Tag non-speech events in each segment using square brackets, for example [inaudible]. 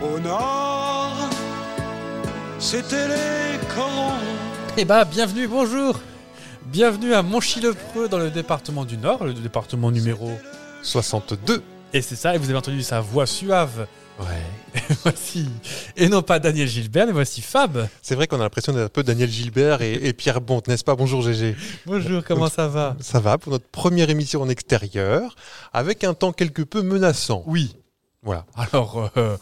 Au nord, c'était les corons. Eh bah, bienvenue, bonjour Bienvenue à Monchy-le-Preux dans le département du Nord, le département numéro 62. Et c'est ça, et vous avez entendu sa voix suave. [laughs] Ouais. voici, et non pas Daniel Gilbert, mais voici Fab. C'est vrai qu'on a l'impression d'être un peu Daniel Gilbert et, et Pierre Bonte, n'est-ce pas Bonjour GG. Bonjour, comment ça va Ça va pour notre première émission en extérieur, avec un temps quelque peu menaçant. Oui. Voilà. Alors, euh,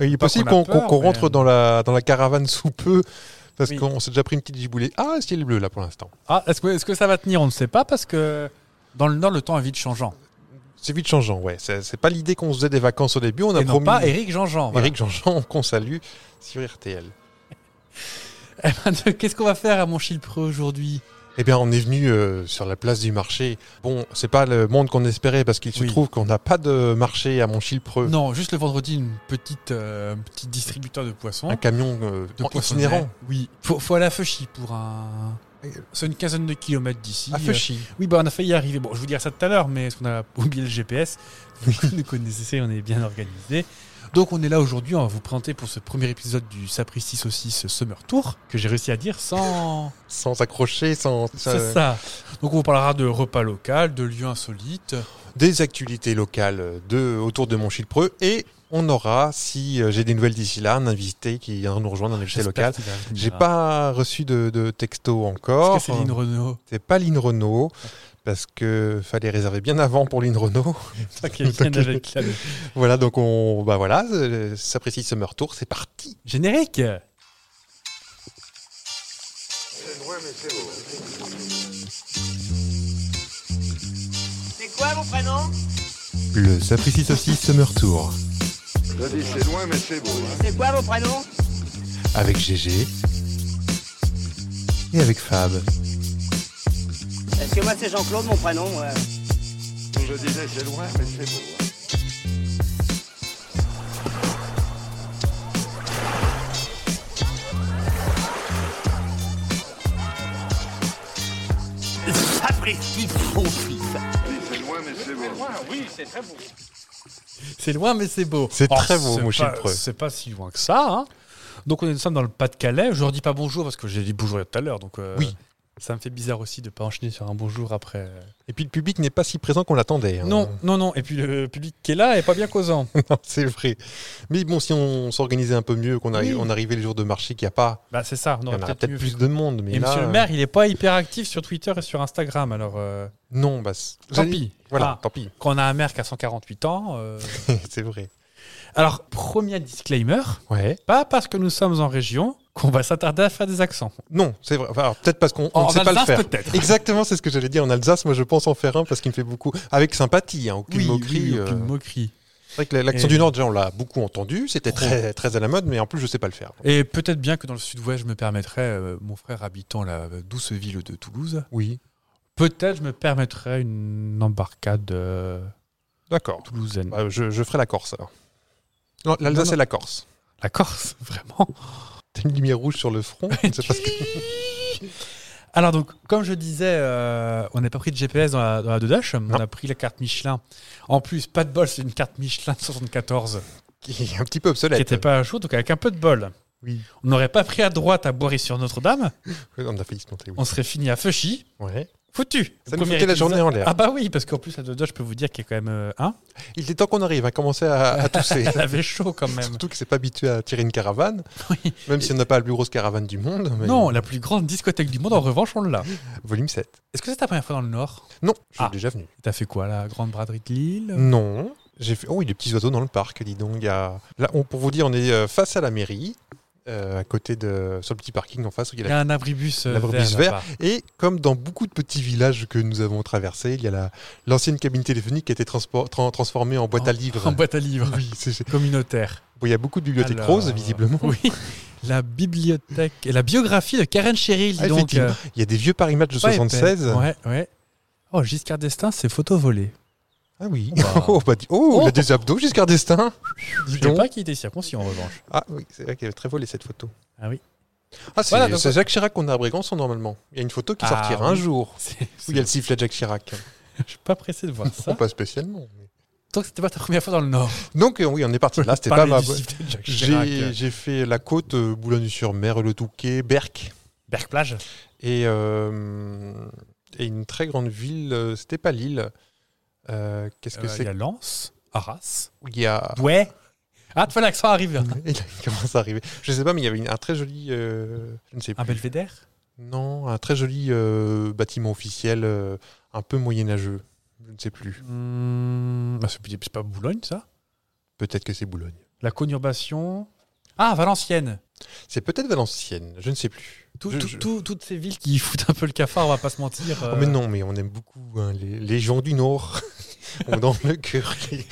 Il est Pas possible qu'on a qu'on qu'on- peur, qu'on mais- euh, rentre dans la, dans la caravane sous peu, parce Oui. qu'on s'est déjà pris une petite giboulée. Ah, ciel bleu là pour l'instant. ah, est-ce que, est-ce que ça va tenir On ne sait pas parce que dans le Nord, le temps est vite changeant. C'est vite changeant, ouais. C'est c'est pas l'idée qu'on se faisait des vacances au début. On a et non promis pas Eric Jean-Jean. voilà. Eric Jean-Jean [laughs] qu'on salue sur RTL. Eh ben, [laughs] Qu'est-ce qu'on va faire à Monchy-le-Preux aujourd'hui Eh bien, on est venu euh, sur la place du marché. Bon, c'est pas le monde qu'on espérait parce qu'il se Oui. trouve qu'on n'a pas de marché à Montchilpreux. Non, juste le vendredi, une petite, euh, un petit distributeur de poissons. Un camion euh, de en- poissonniers. itinérant. Oui, faut, faut aller à Feuchy pour un. C'est une quinzaine de kilomètres d'ici. À Feuchy. Euh, Oui, bah on a failli y arriver. Bon, je vous dirai ça tout à l'heure, mais est-ce qu'on a [laughs] oublié le GPS Vous nous connaissez, on est bien organisé. Donc on est là aujourd'hui, on va vous présenter pour ce premier épisode du Sapristi Saucisse Summer Tour, que j'ai réussi à dire sans. [laughs] Sans s'accrocher, sans. C'est ça. Donc on vous parlera de repas local, de lieux insolites. euh, Des actualités locales euh, de, autour de Montchilpreux. Et on aura, si euh, j'ai des nouvelles d'ici là, un invité qui viendra nous rejoindre, un invité J'espère local. qu'il va venir. J'ai pas reçu de, de texto Est-ce encore. que c'est Lynn Renault C'est pas Lynn Renault. Parce que fallait réserver bien avant pour Lynn Renault. [laughs] qui vient avec la- voilà, donc on, bah voilà, euh, ça précise Summer Tour, c'est parti. Générique C'est quoi vos prénoms Le Sapristi Saucisse Summer Tour Je dis c'est loin mais c'est beau. hein. C'est quoi vos prénoms avec GG et avec Fab. Est-ce que moi c'est Jean-Claude mon prénom ouais. Je disais c'est loin mais c'est beau. hein. Je dis c'est loin mais c'est beau. C'est loin, mais c'est beau. C'est Oh, très beau, c'est Mouchy pas- le Preux. C'est pas si loin que ça. hein. Donc, on est nous sommes dans le Pas-de-Calais. Je leur dis pas bonjour parce que j'ai dit bonjour tout à l'heure. Donc, euh, Oui. Ça me fait bizarre aussi de pas enchaîner sur un bonjour après. Et puis le public n'est pas si présent qu'on l'attendait. hein. Non, non, non. Et puis le public qui est là est pas bien causant. [laughs] Non, c'est vrai. Mais bon, si on s'organisait un peu mieux, qu'on arri- Oui. on arrivait le jour de marché, qu'il n'y a pas, [laughs] bah c'est ça. On il y aurait en aurait peut-être peut-être mieux plus fait. de monde. Mais Et là, euh, Monsieur le Maire, il est pas hyper actif sur Twitter et sur Instagram. Alors euh, euh, non, bah, c'est- tant j'allais- pis. Voilà, Ah, [laughs] tant pis. quand on a un maire qui a 148 ans. euh, c'est vrai. Alors premier disclaimer. Ouais. Pas parce que nous sommes en région qu'on va s'attarder à faire des accents. Non, c'est vrai. Enfin, alors, peut-être parce qu'on on En ne sait pas le Alsace, faire. peut-être. Exactement, c'est ce que j'allais dire. En Alsace, moi, je pense en faire un parce qu'il me fait beaucoup. Avec sympathie, hein, aucune Oui, moquerie. oui, euh, aucune moquerie. C'est vrai que l'accent Et- du Nord, déjà, on l'a beaucoup entendu. C'était Trop. très, très à la mode, mais en plus, je sais pas le faire. Et peut-être bien que dans le sud-ouest, je me permettrais, euh, mon frère habitant la douce ville de Toulouse, Oui. peut-être je me permettrais une embarcade euh, D'accord. toulousaine. Bah, je, je ferai la Corse, alors. Non, l'Alsace Non, non. et la Corse. La Corse, [laughs] vraiment. T'as une lumière rouge sur le [laughs] front je ne sais pas ce que- Alors donc, comme je disais, euh, on n'a pas pris de GPS dans la, dans la Dodache, on Non. a pris la carte Michelin. En plus, pas de bol, c'est une carte Michelin de 74 qui est un petit peu qui obsolète. n'était pas à jour, donc avec un peu de bol. Oui. On n'aurait pas pris à droite à Boiry sur Notre-Dame, On a failli se planter, oui. on serait fini à Feuchy. Ouais. Foutu Ça nous Premier foutait la épisode. journée en l'air. Ah bah oui, parce qu'en plus la Dodoche, je peux vous dire qu'il y a quand même euh, un. Il est temps qu'on arrive à commencer à, [laughs] à tousser. Elle avait chaud quand même. [laughs] Surtout que c'est pas habitué à tirer une caravane, Oui. même si on n'a pas la plus grosse caravane du monde. mais- Non, la plus grande discothèque du monde, en revanche, on l'a. Volume 7. Est-ce que c'est ta première fois dans le Nord Non, je suis Ah. déjà venu. T'as fait quoi, la grande braderie de Lille Non. J'ai fait... Oh, il y a des petits oiseaux dans le parc, dis donc. Il y a- Là, on- pour vous dire, on est euh, face à la mairie, euh, à côté de... sur le petit parking en face où il y a Il la y a un abribus euh, L'abribus vert. vert. là-bas. Et comme dans beaucoup de petits villages que nous avons traversés, il y a la- l'ancienne cabine téléphonique qui a été transpo- tra- transformée en Oh. boîte à livres. En boîte à livres. [laughs] Oui, c'est- Communautaire. bon, il y a beaucoup de bibliothèques Alors, roses, visiblement. Oui. La bibliothèque et la biographie de Karen Cheryl, dis Ah, donc. effectivement. euh, Il y a des vieux Paris Match de pas 76. épais. Ouais, ouais. Oh, Giscard d'Estaing, c'est photo volée. Ah oui. Wow. [laughs] Oh, bah, dis- oh, il Oh. a des abdos, Giscard d'Estaing. Je sais donc. pas qui était circoncis en [laughs] revanche. Ah oui, c'est vrai qu'il avait très volé cette photo. Ah oui. Ah, c'est Voilà, donc- c'est Jacques Chirac qu'on a à Brégançon normalement. Il y a une photo qui Ah, sortira oui. un jour. C'est- Où il y a le sifflet de Jacques Chirac. Je suis pas pressé de voir Bon, ça. pas spécialement. mais- Tant que c'était pas ta première fois dans le Nord. Donc euh, oui, on est parti de là, c'était pas Parler ma... du système Jacques Chirac. euh, J'ai j'ai fait la côte, euh, Boulogne-sur-Mer, le Touquet, Berck Berck plage. et, euh, et une très grande ville, euh, c'était pas Lille. Euh, Qu'est-ce que Euh, Il c'est y a Lens, Arras, où il y a... Ouais. Ah, tu vois l'accent arrive. [laughs] Il commence à arriver. Je sais pas, mais il y avait une- un très joli... euh, je ne sais Un plus. belvédère Non, un très joli euh, bâtiment officiel, euh, un peu moyenâgeux. Je ne sais plus. Hmm, bah, C'est c'est pas Boulogne, ça Peut-être que c'est Boulogne. La conurbation. Ah, Valenciennes. C'est peut-être Valenciennes, je ne sais plus. Tout- Je- tout- je- tout- toutes ces villes qui foutent un peu le cafard, on va pas se mentir. Oh, euh, mais non, mais on aime beaucoup hein, les, les gens du Nord. [laughs] on dans le cœur. les-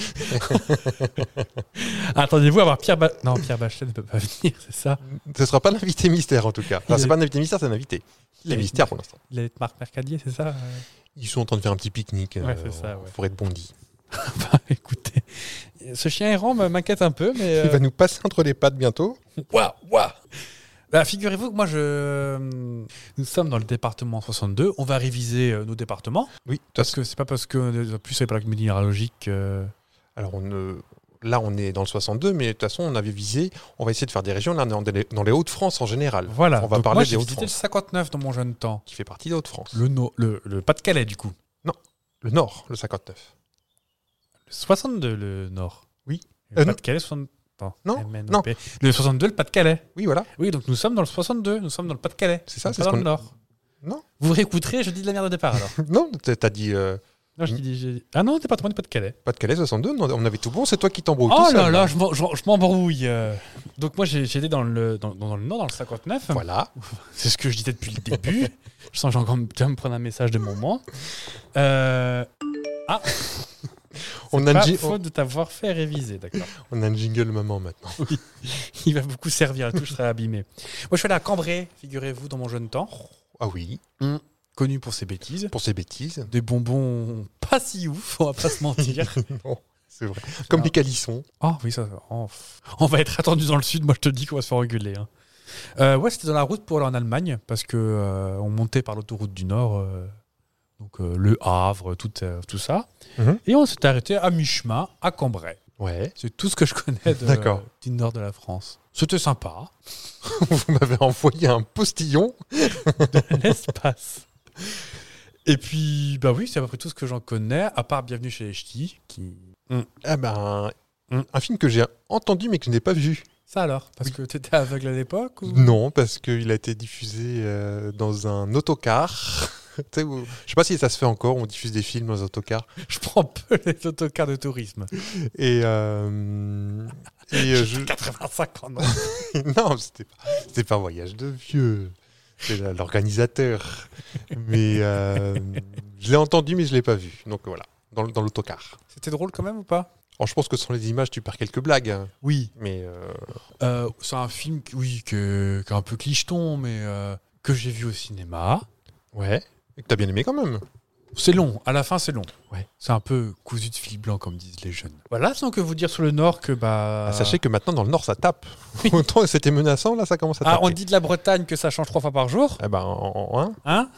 Attendez-vous à avoir Pierre Ba- Non, Pierre Bachelet ne peut pas [laughs] venir, c'est ça Ce sera pas l'invité mystère en tout cas. Enfin, c'est pas un invité mystère, c'est un invité. Il Les est- mystères pour l'instant. Il allait être Marc Mercadier, c'est ça Euh, Ils sont en train de faire un petit pique-nique Ouais, c'est euh, ça, en ouais. forêt de Bondy. Bah [laughs] écoutez, ce chien errant me- m'inquiète un peu, mais. euh, Il va nous passer entre les pattes bientôt. Ouah, ouah. Bah, figurez-vous que moi, je. hmm, Nous sommes dans le département 62. On va réviser euh, nos départements. Oui, Parce que c'est pas parce que. euh, En plus, c'est pas la minéralogique. euh, Alors on, euh, là, on est dans le 62, mais de toute façon, on avait visé. On va essayer de faire des régions. Là, on est en- dans les, dans les Hauts-de-France en général. Voilà. On va Donc, parler moi, des j'ai visité le Hauts-de-France. 59 dans mon jeune temps. Qui fait partie des Hauts-de-France. Le, no- le, le Pas-de-Calais, du coup. Le Nord, le 59. Le 62, le Nord. Oui. Le Euh, non. Pas-de-Calais, 60. Attends. Non, MNOP. non. Le 62, le Pas-de-Calais. Oui, voilà. [laughs] Oui, donc nous sommes dans le 62. Nous sommes dans le Pas-de-Calais. C'est ça, Nous c'est sommes pas ce dans qu'on- le Nord. Non. Vous réécouterez, je dis de la merde au départ alors. Non, t'as t'as dit euh, non, je dis, j'ai- Ah non, département du Pas-de-Calais. Pas-de-Calais 62. non, on avait tout bon. C'est toi qui t'embrouilles. Oh tout là seul, là, hein. je m'en- je je m'embrouille. euh. Donc moi j'ai- j'étais dans le, dans, dans le nord, dans le 59. Voilà. [laughs] C'est ce que je disais depuis le [laughs] début. je sens que j'ai encore me- tu vas me prendre un message de mon moment. Euh, On a, pas le ji- faute de t'avoir fait réviser, [laughs] d'accord. on a le jingle maman maintenant. Il va beaucoup servir, la touche sera abîmée. Moi je suis allé à Cambrai, figurez-vous, dans mon jeune temps. Ah oui, Connu pour ses bêtises. pour ses bêtises. Des bonbons pas si ouf, on va pas se mentir. C'est vrai. Comme des calissons. Ah oui, ça. oh, pff. on va être attendu dans le sud. Moi, je te dis qu'on va se faire reculer. hein. Euh, ouais, c'était dans la route pour aller en Allemagne parce que euh, on montait par l'autoroute du Nord, euh, donc euh, le Havre, tout, euh, tout ça. Mhm. Et on s'est arrêté à mi-chemin à Cambrai. Ouais. [laughs] C'est tout ce que je connais de- euh, D'accord. du Nord de la France. C'était [laughs] sympa. Vous m'avez envoyé un postillon. L'espace. Et puis, bah oui, c'est à peu près tout ce que j'en connais, à part Bienvenue chez les Ch'tis, qui. Ah ben, Mm. un film que j'ai entendu mais que je n'ai pas vu. Ça alors Parce que t'étais aveugle à l'époque ou... Non, parce qu'il a été diffusé euh, dans un autocar. [laughs] Tu sais, où- Je sais pas si ça se fait encore, on diffuse des films dans un autocar. Je prends peu les autocars de tourisme. Et, euh, [laughs] et euh, je... 85 ans. [laughs] non, c'était pas, c'était pas un voyage de vieux. C'est la- l'organisateur. Mais euh, je l'ai entendu, mais je l'ai pas vu. Donc voilà, dans, le- dans l'autocar. C'était drôle quand même ou pas Alors, je pense que sans les images, tu perds quelques blagues. hein. Oui. Mais euh, c'est un film, qui- oui, que, qui est un peu clicheton, mais euh, que j'ai vu au cinéma. ouais, Et que t'as bien aimé quand même. C'est long, à la fin c'est long. Ouais. C'est un peu cousu de fil blanc, comme disent les jeunes. Voilà, sans que vous dire sur le Nord que bah. Ah, Sachez que maintenant, dans le Nord, ça tape. Autant c'était menaçant, là, ça commence à Ah, taper. on dit de la Bretagne que ça change trois fois par jour. Eh ben, en- en- hein. Hein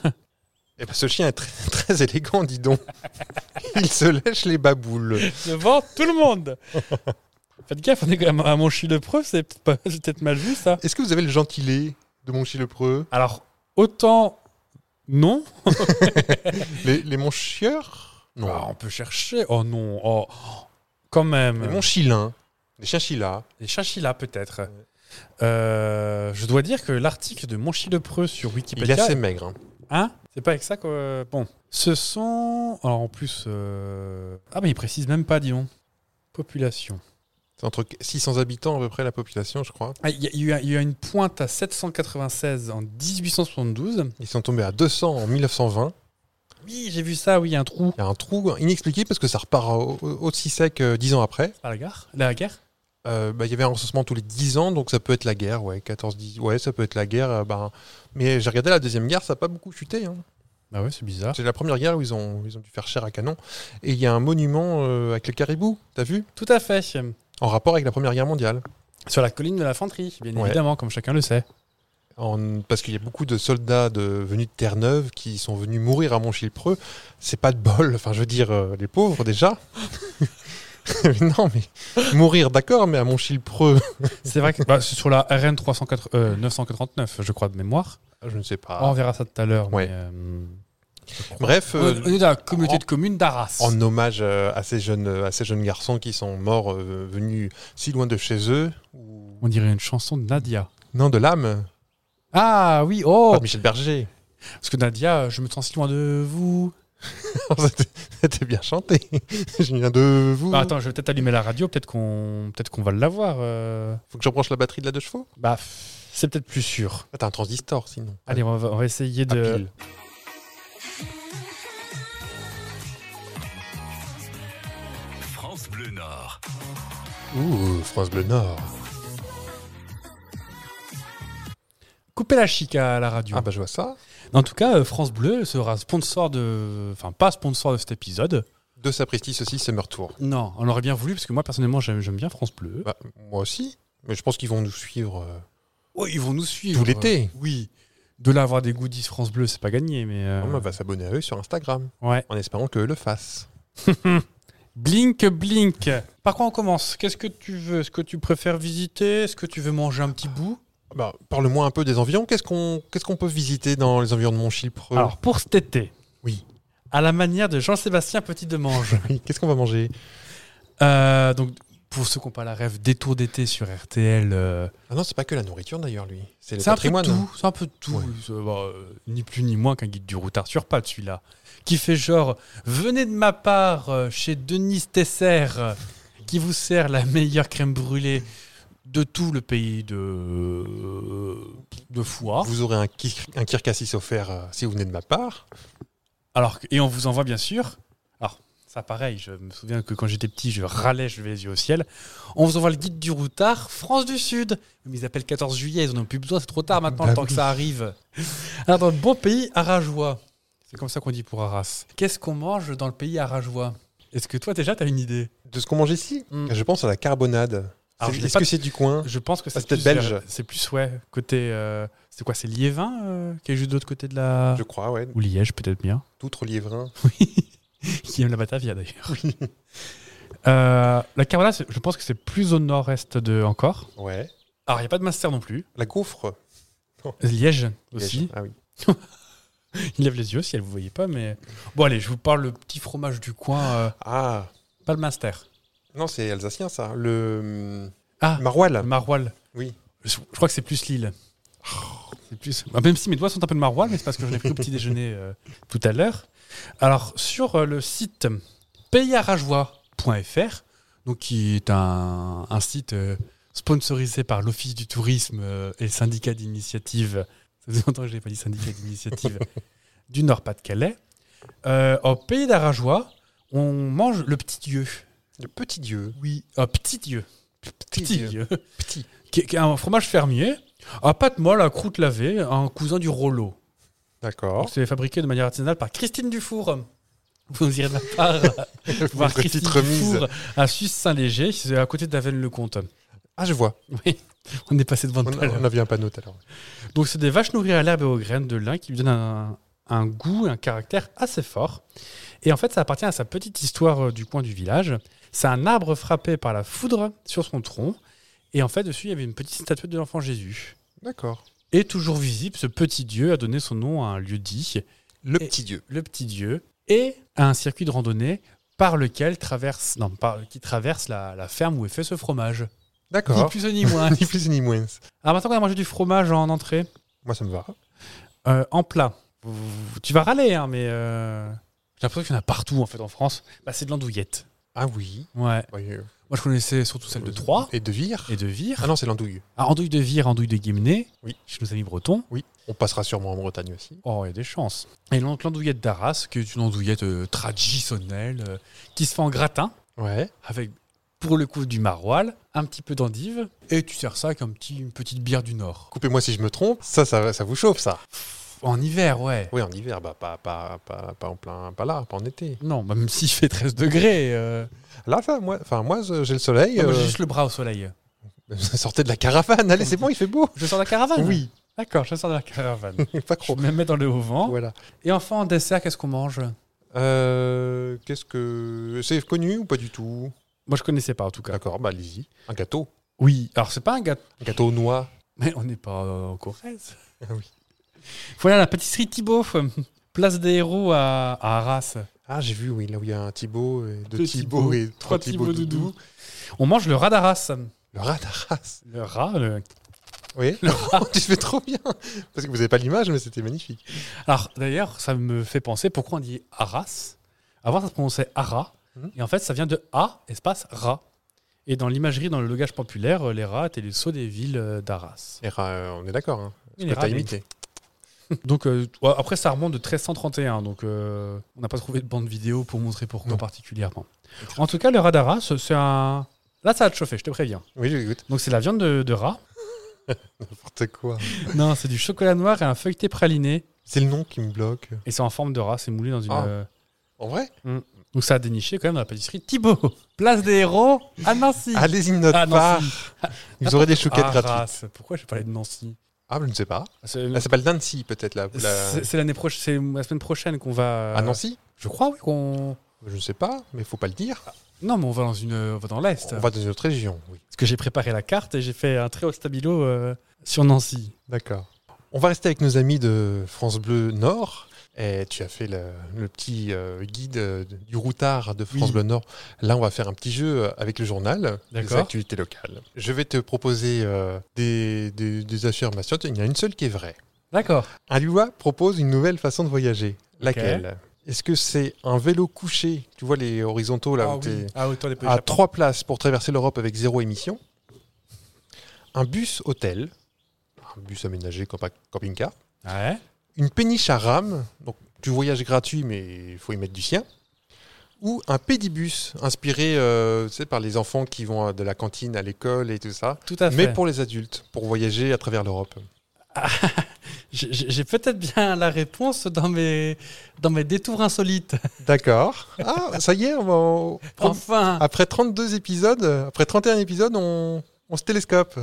Eh ben, ce chien est très, [laughs] très élégant, [laughs] dis donc. Il se lèche les baboules. Devant tout le [laughs] monde Faites gaffe, on est quand même à Monchy-le-Preux, c'est peut-être pas- j'ai peut-être mal vu ça. Est-ce que vous avez le gentilé de Monchy-le-Preux Alors, autant. Non Les, les Monchieurs Non. Ah, On peut chercher. Oh non, oh. Quand les même. Monchilins. Les chinchillas. Les chinchillas, peut-être. Euh, je dois dire que l'article de Monchi de Preux sur Il est Wikipédia. assez maigre. hein. Hein C'est pas avec ça que. euh, Bon. Ce sont. Alors en plus. euh, Ah, mais il précise même pas, disons. Population. C'est entre 600 habitants à peu près la population, je crois. Ah, Il y, a- il y a- il y a une pointe à 796 en 1872. Ils sont tombés à 200 en 1920. Oui, j'ai vu ça, oui, il y a un trou. Il y a un trou inexpliqué parce que ça repart au- au- aussi sec euh, 10 ans après. À la gare La guerre Euh, bah, il y avait un recensement tous les 10 ans, donc ça peut être la guerre, ouais, 14, 10, ouais, ça peut être la guerre. euh, ben, mais j'ai regardé la deuxième guerre, ça n'a pas beaucoup chuté. hein. Ah ouais, c'est bizarre. C'est la première guerre où ils ont, ils ont dû faire cher à canon. Et il y a un monument euh, avec le caribou, t'as vu Tout à fait. En rapport avec la première guerre mondiale. Sur la colline de la Fanterie, bien Ouais. évidemment, comme chacun le sait. En- parce qu'il y a beaucoup de soldats de, venus de Terre-Neuve qui sont venus mourir à Montchilpreux. C'est pas de bol, enfin je veux dire, euh, les pauvres déjà. [laughs] non, mais mourir, d'accord, mais à mon chilpreux, C'est vrai que bah, c'est sur la RN 380, euh, 989, je crois, de mémoire. je ne sais pas. On verra ça tout à l'heure. Ah. Ouais. mais, euh, Bref, euh, on est dans la communauté en- de communes d'Arras. en hommage euh, à ces jeunes, à ces jeunes garçons qui sont morts euh, venus si loin de chez eux. On dirait une chanson de Nadia. Non, de l'âme, Ah oui, oh pas de Michel Berger. Parce que Nadia, je me sens si loin de vous. [laughs] C'était- C'était bien chanté. [laughs] je viens de vous. Ah, attends, je vais peut-être allumer la radio, peut-être qu'on peut qu'on va l'avoir. euh. Faut que je branche la batterie de la deux chevaux. Bah, pff, c'est peut-être plus sûr. Ah, T'as un transistor, sinon. Allez, on va, on va essayer À de... pile. France Bleu Nord. Ouh, France Bleu Nord. Couper la chic à la radio. Ah bah je vois ça. En tout cas, euh, France Bleu sera sponsor de... Enfin, pas sponsor de cet épisode. De Sapristi, ceci, Summer Tour. Non, on aurait bien voulu, parce que moi, personnellement, j'aime j'aime bien France Bleu. Bah, moi aussi. Mais je pense qu'ils vont nous suivre. euh, Oh, ils vont nous suivre. Tout l'été. Oui. De là avoir des goodies France Bleu, c'est pas gagné, mais... euh, On va s'abonner à eux sur Instagram, Ouais. en espérant qu'eux le fassent. Blink, blink. Par quoi on commence Qu'est-ce que tu veux Est-ce que tu préfères visiter Est-ce que tu veux manger un petit bout Bah, Parle-moi un peu des environs. Qu'est-ce qu'on qu'est-ce qu'on peut visiter dans les environs de euh, Montchilpreux Alors, pour cet été, Oui. à la manière de Jean-Sébastien Petit Demange, Oui, Qu'est-ce qu'on va manger euh, donc, pour ceux qui n'ont pas la rêve, détour d'été sur RTL, euh, Ah non, c'est pas que la nourriture d'ailleurs, lui. C'est le c'est un peu patrimoine. hein. tout. C'est un peu de tout. Ouais. C'est, bah, euh, ni plus ni moins qu'un guide du routard sur pattes, celui-là. Qui fait genre, venez de ma part euh, chez Denise Tesser, euh, qui vous sert la meilleure crème brûlée de tout le pays de, euh, de foie. Vous aurez un, kir- un kirkassis offert euh, si vous venez de ma part. Alors, que- et on vous envoie bien sûr. Alors, ça pareil, je me souviens que quand j'étais petit, je râlais, je levais les yeux au ciel. On vous envoie le guide du routard, France du Sud. Mais ils appellent 14 juillet, ils en ont plus besoin, c'est trop tard maintenant, le Bah temps oui. que ça arrive. Alors, dans le bon pays arajois, c'est comme ça qu'on dit pour Arras. Qu'est-ce qu'on mange dans le pays arajois Est-ce que toi, déjà, t'as une idée De ce qu'on mange ici, Mm. je pense à la carbonade. Alors, C'est- je l'ai Est-ce pas- que c'est du coin Je pense que Ah, c'est c'est peut-être plus belge. vers- C'est plus, ouais, côté. euh, c'est quoi C'est Liévin euh, qui est juste de l'autre côté de la. Je crois, ouais. Ou Liège, peut-être bien. Tout liévrin. qui aime la Batavia d'ailleurs. [laughs] Euh, la Carola, c'est- je pense que c'est plus au nord-est de encore. Ouais. Alors, il n'y a pas de master non plus. La gaufre. Liège [laughs] aussi. Ah oui. Il lève les yeux si elle ne vous voyez pas, mais. Bon, allez, je vous parle le petit fromage du coin, euh, Ah, pas le master. non, c'est alsacien ça. Le hmm, Ah, maroilles. le maroilles. Oui. Oh, Je, je crois que c'est plus Lille. C'est plus... Ah, Même si mes doigts sont un peu de maroilles, mais c'est parce que j'en ai pris au petit déjeuner euh, tout à l'heure. Alors, sur euh, le site paysarajois.fr, donc qui est un, un site euh, sponsorisé par l'Office du tourisme euh, et le syndicat d'initiative, ça faisait longtemps que je n'ai pas dit syndicat d'initiative, [laughs] du Nord-Pas-de-Calais, euh, au pays d'Arajois, on mange le petit dieu. Le petit dieu. Oui, un petit dieu. Petit, dieu. dieu Petit. qui, qui est un fromage fermier, à pâte molle, à croûte lavée, un cousin du Rollo. D'accord. C'est fabriqué de manière artisanale par Christine Dufour. [laughs] Vous irez de la part voir [laughs] Une Christine petite remise. Dufour à Suisse-Saint-Léger, c'est à côté d'Avennes-le-Comte. Ah, je vois. Oui, on est passé devant On, tout à l'heure. on a vu un panneau tout à l'heure. Donc, c'est des vaches nourries à l'herbe et aux graines de lin qui lui donnent un, un goût et un caractère assez fort. Et en fait, ça appartient à sa petite histoire euh, du coin du village. C'est un arbre frappé par la foudre sur son tronc. Et en fait, dessus, il y avait une petite statuette de l'enfant Jésus. D'accord. Et toujours visible, ce petit dieu a donné son nom à un lieu dit, Le Et- petit dieu. le petit dieu, et à un circuit de randonnée par lequel traverse, non, par- qui traverse la, la ferme où est fait ce fromage. Ni D'accord. plus ni [laughs] moins. Ni plus ni moins. Alors maintenant qu'on a mangé du fromage en entrée, Moi, ça me va. euh, en plat, vous- vous- tu vas râler, hein, mais euh, j'ai l'impression qu'il y en a partout en fait en France. Bah, c'est de l'andouillette. Ah oui. Ouais. Ouais, euh, Moi je connaissais surtout celle de Troyes Et de Vire. et de Vire. Ah non, c'est l'andouille. Ah, andouille de Vire, andouille de Guémené, Oui. chez nos amis bretons. On passera sûrement en Bretagne aussi. Oh, il y a des chances. Et donc l'andouillette d'Arras, qui est une andouillette euh, traditionnelle, euh, qui se fait en gratin, Ouais. avec pour le coup du maroilles, un petit peu d'endive, et tu sers ça avec un petit, une petite bière du Nord. Coupez-moi si je me trompe. Ça, ça, ça vous chauffe, ça. En hiver, ouais. Oui, en hiver, bah, pas, pas, pas, pas en plein, pas là, pas en été. Non, bah, même [laughs] s'il fait 13 degrés, euh, Là, enfin, moi, enfin, moi, je- j'ai le soleil. non, moi, j'ai euh, [laughs] juste le bras au soleil. Sortez de la caravane. Allez, c'est bon, il fait beau. Je sors de la caravane Oui. D'accord, je sors de la [laughs] caravane. pas je trop. me mets dans le haut vent. Voilà. Et enfin, en dessert, qu'est-ce qu'on mange Euh, Qu'est-ce que c'est connu ou pas du tout Moi, je connaissais pas en tout cas. D'accord, bah allez-y. Un gâteau. Oui, alors c'est pas un gâteau. Un gâteau aux noix. Mais on n'est pas euh, en Corrèze. Ah oui. Voilà la pâtisserie Thibault, euh, place des héros à, à Arras. Ah, j'ai vu, oui, là où il y a un Thibaut, et deux Deux Thibauts Thibauts, et trois Thibauts doudou. On mange le rat d'Arras. Le rat d'Arras. Le rat, le- Oui, le rat. [laughs] tu fais trop bien. Parce que vous n'avez pas l'image, mais c'était magnifique. Alors d'ailleurs, ça me fait penser pourquoi on dit Arras. Avant, ça se prononçait Ara. Mhm. Et en fait, ça vient de A, espace, rat. Et dans l'imagerie, dans le langage populaire, euh, les rats étaient les sceaux des villes euh, d'Arras. Les rats, euh, on est d'accord. Hein. Et Je les peux rats, pas les- imiter. Donc euh, ouais, après, ça remonte de 1331. Donc euh, on n'a pas trouvé de bande vidéo pour montrer pourquoi Non. particulièrement. En tout cas, le rat d'Arras, c'est un. Là, ça va te chauffer, je te préviens. Oui, j'écoute. Donc c'est la viande de, de rat. N'importe quoi. non, c'est du chocolat noir et un feuilleté praliné. C'est le nom qui me bloque. Et c'est en forme de rat, c'est moulé dans une. Ah. euh, En vrai Donc ça a déniché quand même dans la pâtisserie Thibaut. Place des héros à Nancy. Allez-y de notre Ah, part. Nancy. Vous aurez des chouquettes gratuites. Arras. Pourquoi j'ai parlé de Nancy Ah, je ne sais pas. C'est Elle s'appelle Nancy, peut-être. La, la- c'est- c'est l'année prochaine, c'est la semaine prochaine qu'on va. À Nancy Je crois oui qu'on. Je ne sais pas, mais faut pas le dire. Non, mais on va dans une, on va dans l'est. On va dans une autre région, oui. Parce que j'ai préparé la carte et j'ai fait un très haut stabilo euh, sur Nancy. D'accord. On va rester avec nos amis de France Bleu Nord. Et tu as fait le, le petit euh, guide euh, du routard de France Oui. Bleu Nord. Là, on va faire un petit jeu euh, avec le journal des D'accord. actualités locales. Je vais te proposer euh, des, des- des affirmations. Il y en a une seule qui est vraie. D'accord. Un Lillois propose une nouvelle façon de voyager. Laquelle Est-ce que c'est un vélo couché Tu vois les horizontaux Ah là où t'es- À hauteur des à trois places pour traverser l'Europe avec zéro émission, un bus hôtel, un bus aménagé comme un camping-car, Ouais. une péniche à rame, donc du voyage gratuit mais il faut y mettre du sien, ou un pédibus inspiré euh, tu sais, par les enfants qui vont à- de la cantine à l'école et tout ça, Tout à fait. mais pour les adultes, pour voyager à travers l'Europe. J'ai- J'ai j'ai peut-être bien la réponse dans mes dans mes détours [laughs] insolites. D'accord. Ah, ça y est, on va- on- Enfin. après 32 épisodes, après 31 épisodes, on, on se télescope.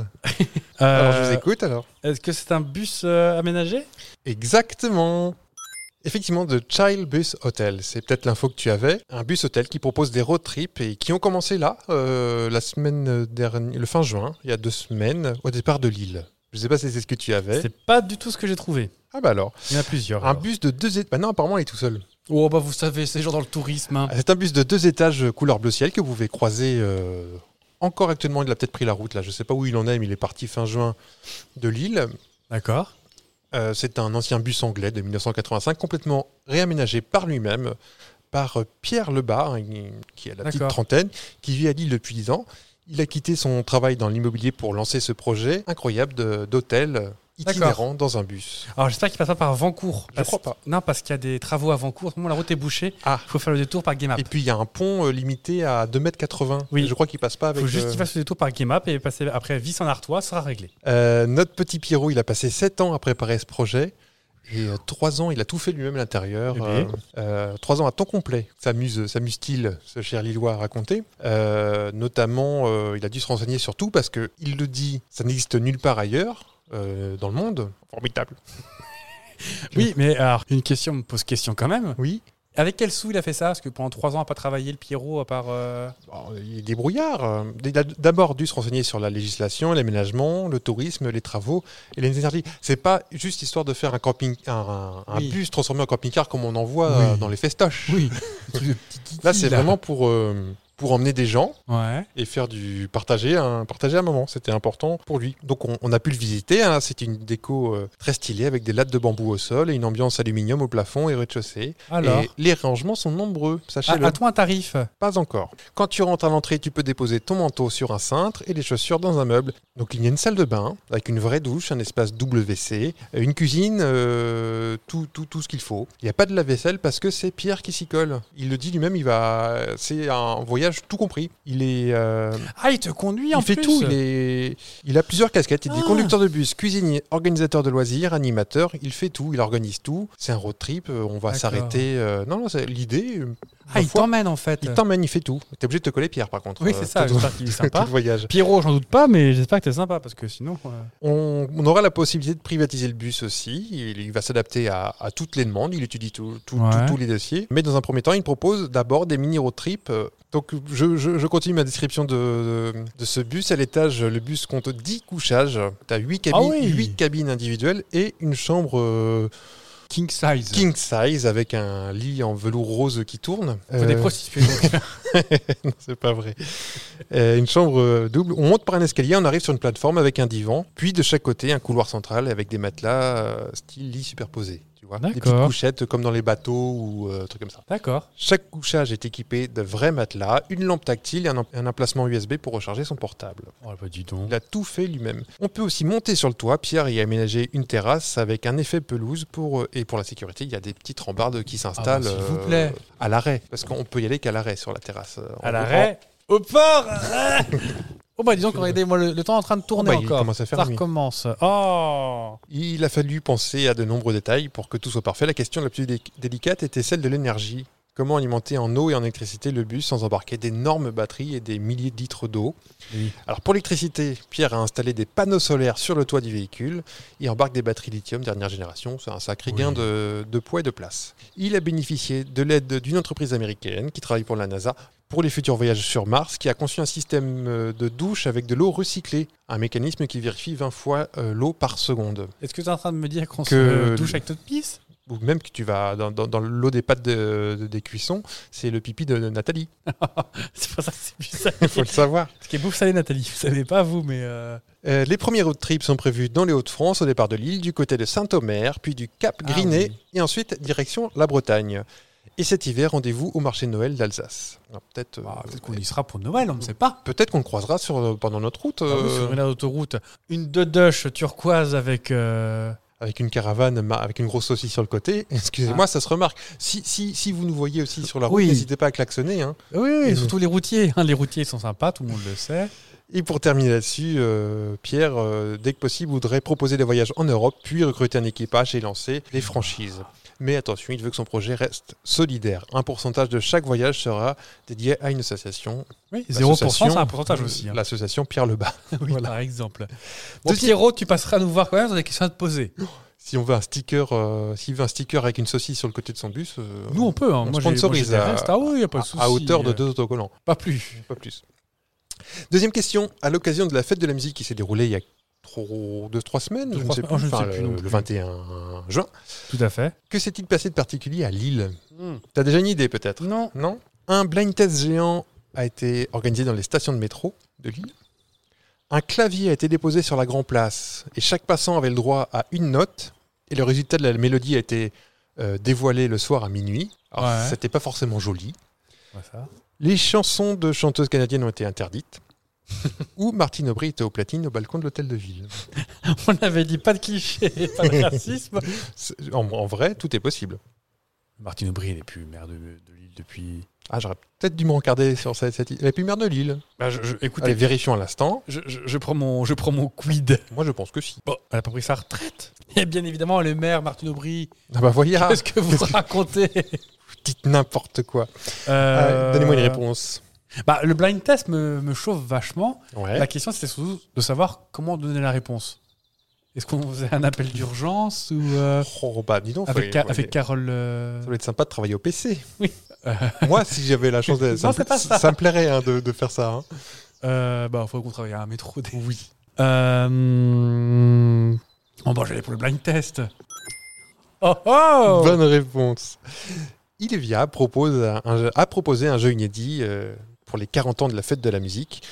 Alors je vous Euh, écoute alors. Est-ce que c'est un bus euh, aménagé Exactement. Effectivement, The Child Bus Hotel, c'est peut-être l'info que tu avais. Un bus hôtel qui propose des road trips et qui ont commencé là, euh, la semaine dernière, le fin juin, il y a deux semaines, au départ de Lille. Je sais pas si c'est ce que tu avais. C'est pas du tout ce que j'ai trouvé. Ah bah alors, Il y en a plusieurs. un alors. bus de deux étages. Bah non, apparemment, il est tout seul. Oh bah vous savez, c'est genre dans le tourisme. hein. Ah, C'est un bus de deux étages euh, couleur bleu ciel que vous pouvez croiser euh, encore actuellement. Il a peut-être pris la route là. Je sais pas où il en est, mais il est parti fin juin de Lille. D'accord. Euh, c'est un ancien bus anglais de 1985, complètement réaménagé par lui-même, par euh, Pierre Lebas, hein, qui a la petite D'accord. trentaine, qui vit à Lille depuis 10 ans. Il a quitté son travail dans l'immobilier pour lancer ce projet incroyable de- d'hôtel euh, itinérant dans un bus. Alors j'espère qu'il passe pas par Vancourt. Je Parce- crois pas. Non, parce qu'il y a des travaux à Vancourt. À ce moment, la route est bouchée. Ah. Il faut faire le détour par GameUp. Et puis il y a un pont euh, limité à 2,80 m. Oui. Je crois qu'il passe pas Il avec. faut juste euh, qu'il fasse le détour par GameUp et passer après Vis en Artois, ça sera réglé. euh, notre petit Pierrot, il a passé 7 ans à préparer ce projet. Et 3 ans, il a tout fait lui-même à l'intérieur. Eh bien. 3 ans à temps complet. S'amuse- S'amuse-t-il, ce cher Lillois, à raconter Euh, Notamment, euh, il a dû se renseigner sur tout parce que il le dit, ça n'existe nulle part ailleurs euh, dans le monde. Formidable. Oui, mais alors une question me pose question quand même. Oui. Avec quel sou il a fait ça Parce que pendant trois ans, à pas travaillé le Pierrot, à part. euh, Bon, il est débrouillard. euh, Il a d'abord dû se renseigner sur la législation, l'aménagement, le tourisme, les travaux et les énergies. C'est pas juste histoire de faire un camping, un, un- un Oui. bus transformé en camping-car comme on en voit euh, Oui. dans les festoches. Oui. Là, c'est vraiment pour, euh, pour emmener des gens Ouais. et faire du partager un, partager un moment. C'était important pour lui. Donc, on, on a pu le visiter. hein. C'était une déco euh, très stylée avec des lattes de bambou au sol et une ambiance aluminium au plafond et rez-de-chaussée. Alors. Et les rangements sont nombreux, À, sachez-le. Ah, à toi un tarif. Pas encore. Quand tu rentres à l'entrée, tu peux déposer ton manteau sur un cintre et les chaussures dans un meuble. Donc il y a une salle de bain avec une vraie douche, un espace WC, une cuisine, euh, tout, tout, tout ce qu'il faut. Il n'y a pas de lave-vaisselle parce que c'est Pierre qui s'y colle. Il le dit lui-même, il va, c'est un voyage tout compris. Il est, euh, Ah, il te conduit il en fait plus. tout. Il est, il a plusieurs casquettes. Il est Ah. conducteur de bus, cuisinier, organisateur de loisirs, animateur. Il fait tout. Il organise tout. C'est un road trip. euh, On va D'accord. s'arrêter. euh, non, non, c'est- l'idée. euh, Ah, ma il foi, t'emmène en fait. il t'emmène, il fait tout. T'es obligé de te coller Pierre, par contre. Euh. Oui, euh, c'est ça. Tout, tout- J'espère qu'il est tout le [laughs] sympa. voyage. Pierrot, j'en doute pas, mais j'espère que t'es sympa parce que sinon. euh, On, on aura la possibilité de privatiser le bus aussi. Il, il va s'adapter à, à toutes les demandes. Il étudie tout- tout- tout- Ouais. tous les dossiers. Mais dans un premier temps, il propose d'abord des mini road trips. euh, Donc, je, je- je continue ma description de, de- de ce bus. À l'étage, le bus compte 10 couchages. Tu as 8 cabines, Ah oui. huit cabines individuelles et une chambre euh, King size. king size avec un lit en velours rose qui tourne. Faut des Euh, prostituées. donc. non, c'est pas vrai. Euh, une chambre euh, double. On monte par un escalier, on arrive sur une plateforme avec un divan, puis de chaque côté un couloir central avec des matelas euh, style lit superposé. Tu vois, des petites D'accord. couchettes comme dans les bateaux ou euh, trucs comme ça. [laughs] D'accord. Chaque couchage est équipé de vrais matelas, une lampe tactile et un, em- un emplacement USB pour recharger son portable. Oh, bah, dis donc. Il a tout fait lui-même. On peut aussi monter sur le toit. Pierre y a aménagé une terrasse avec un effet pelouse pour euh, et pour la sécurité, il y a des petites rambardes qui s'installent Ah bah, s'il vous euh, plaît. à l'arrêt parce qu'on peut y aller qu'à l'arrêt sur la terrasse. euh, À en- l'arrêt. Au port [laughs] Oh bah disons qu'on regardez, moi le, le temps est en train de tourner bah, il encore. commence à faire Ça nuit. recommence. Oh Il a fallu penser à de nombreux détails pour que tout soit parfait. La question la plus dé- délicate était celle de l'énergie. Comment alimenter en eau et en électricité le bus sans embarquer d'énormes batteries et des milliers de litres d'eau Oui. Alors pour l'électricité, Pierre a installé des panneaux solaires sur le toit du véhicule. Il embarque des batteries lithium dernière génération. C'est un sacré gain de, de poids et de place. Il a bénéficié de l'aide d'une entreprise américaine qui travaille pour la NASA pour les futurs voyages sur Mars, qui a conçu un système euh, de douche avec de l'eau recyclée, un mécanisme qui vérifie 20 fois euh, l'eau par seconde. Est-ce que tu es en train de me dire qu'on Que- se douche avec notre pisse ou même que tu vas dans, dans- dans l'eau des pâtes de- de- des cuissons, c'est le pipi de Nathalie. [laughs] [laughs] C'est pas ça que c'est plus ça. Il faut le savoir. [laughs] Ce qui est bouffe salée Nathalie, vous savez pas vous mais... euh, Euh, les premiers road trips sont prévus dans les Hauts-de-France, au départ de l'île, du côté de Saint-Omer, puis du Cap Ah Griné, oui. et ensuite direction la Bretagne. Et cet hiver, rendez-vous au marché de Noël d'Alsace. Alors, Peut-être euh, bah, Peut-être qu'on y sera pour Noël, on ne sait pas. peut-être qu'on le croisera sur, euh, pendant notre route, Ah oui, euh, sur une autoroute, une dodoche turquoise avec... euh, avec une caravane, ma- avec une grosse saucisse sur le côté. [laughs] Excusez-moi, ça se remarque. Si, si, si vous nous voyez aussi sur la route, Ah. Euh, Oui. n'hésitez pas à klaxonner. hein. Oui, oui, Et- surtout les routiers. hein, les routiers sont sympas, tout le monde le sait. Et pour terminer là-dessus, euh, Pierre, euh, dès que possible, voudrait proposer des voyages en Europe, puis recruter un équipage et lancer les franchises. Mais attention, il veut que son projet reste solidaire. Un pourcentage de chaque voyage sera dédié à une association. Oui, 0% c'est L'association- un pourcentage aussi. hein. L'association Pierre Lebas. Oui, voilà. Par exemple. Bon, Deuxième- Pierrot, tu passeras nous voir quand même, on a des questions à te poser. Si on veut un sticker, euh, s'il veut un sticker avec une saucisse sur le côté de son bus, euh, Nous, on peut. Hein. On moi, j'ai- sponsorise moi, j'ai des à- restes. Ah oui, y a pas de à, souci. euh, à hauteur de deux autocollants, Pas plus. pas plus. Deuxième question, à l'occasion de la fête de la musique qui s'est déroulée il y a trop, deux, trois semaines, Deux, je ne trois semaines. Oh, je sais plus, ne enfin, sais plus le- non le plus. 21 juin. Tout à fait. Que s'est-il passé de particulier à Lille T'as déjà une idée peut-être Non. Non Un blind test géant a été organisé dans les stations de métro de Lille. Un clavier a été déposé sur la Grand Place et chaque passant avait le droit à une note et le résultat de la mélodie a été euh, dévoilé le soir à minuit. Alors Ouais. c'était pas forcément joli. Ouais, ça. Les chansons de chanteuses canadiennes ont été interdites. Ou Martine Aubry était au platine au balcon de l'hôtel de ville. [laughs] On avait dit pas de cliché, pas de [laughs] racisme. C'est- En, en vrai, tout est possible. Martine Aubry, elle est plus maire de, de Lille depuis. Ah, j'aurais peut-être dû me rencarder sur cette, cette... La plus mère de Lille. Allez, Bah, écoutez, vérifions à l'instant. je, je- je prends mon, je prends mon quid. Moi, je pense que si. Bon, elle a pas pris sa retraite. Et bien évidemment, le maire Martine Aubry, Ah bah voyez, ah, qu'est-ce que [laughs] vous racontez dites n'importe quoi. Euh, Ah, Donnez-moi une réponse. Bah, le blind test me, me chauffe vachement. Ouais. La question, c'était surtout de savoir comment donner la réponse. Est-ce qu'on faisait un appel d'urgence ou. euh, Oh, bah dis donc, Avec, faut- Ca- faut- avec Carole. euh, ça doit être sympa de travailler au PC. Oui. [laughs] Moi, si j'avais la chance, de, ça, Non, me, c'est pas ça. me plairait hein, de, de faire ça. hein. euh, bah, faut qu'on travaille à un métro. Oui. Euh... Oh, bon, j'allais pour le blind test. Oh oh Bonne réponse. Ilvia propose un- un jeu- a proposé un jeu inédit euh, pour les 40 ans de la fête de la musique.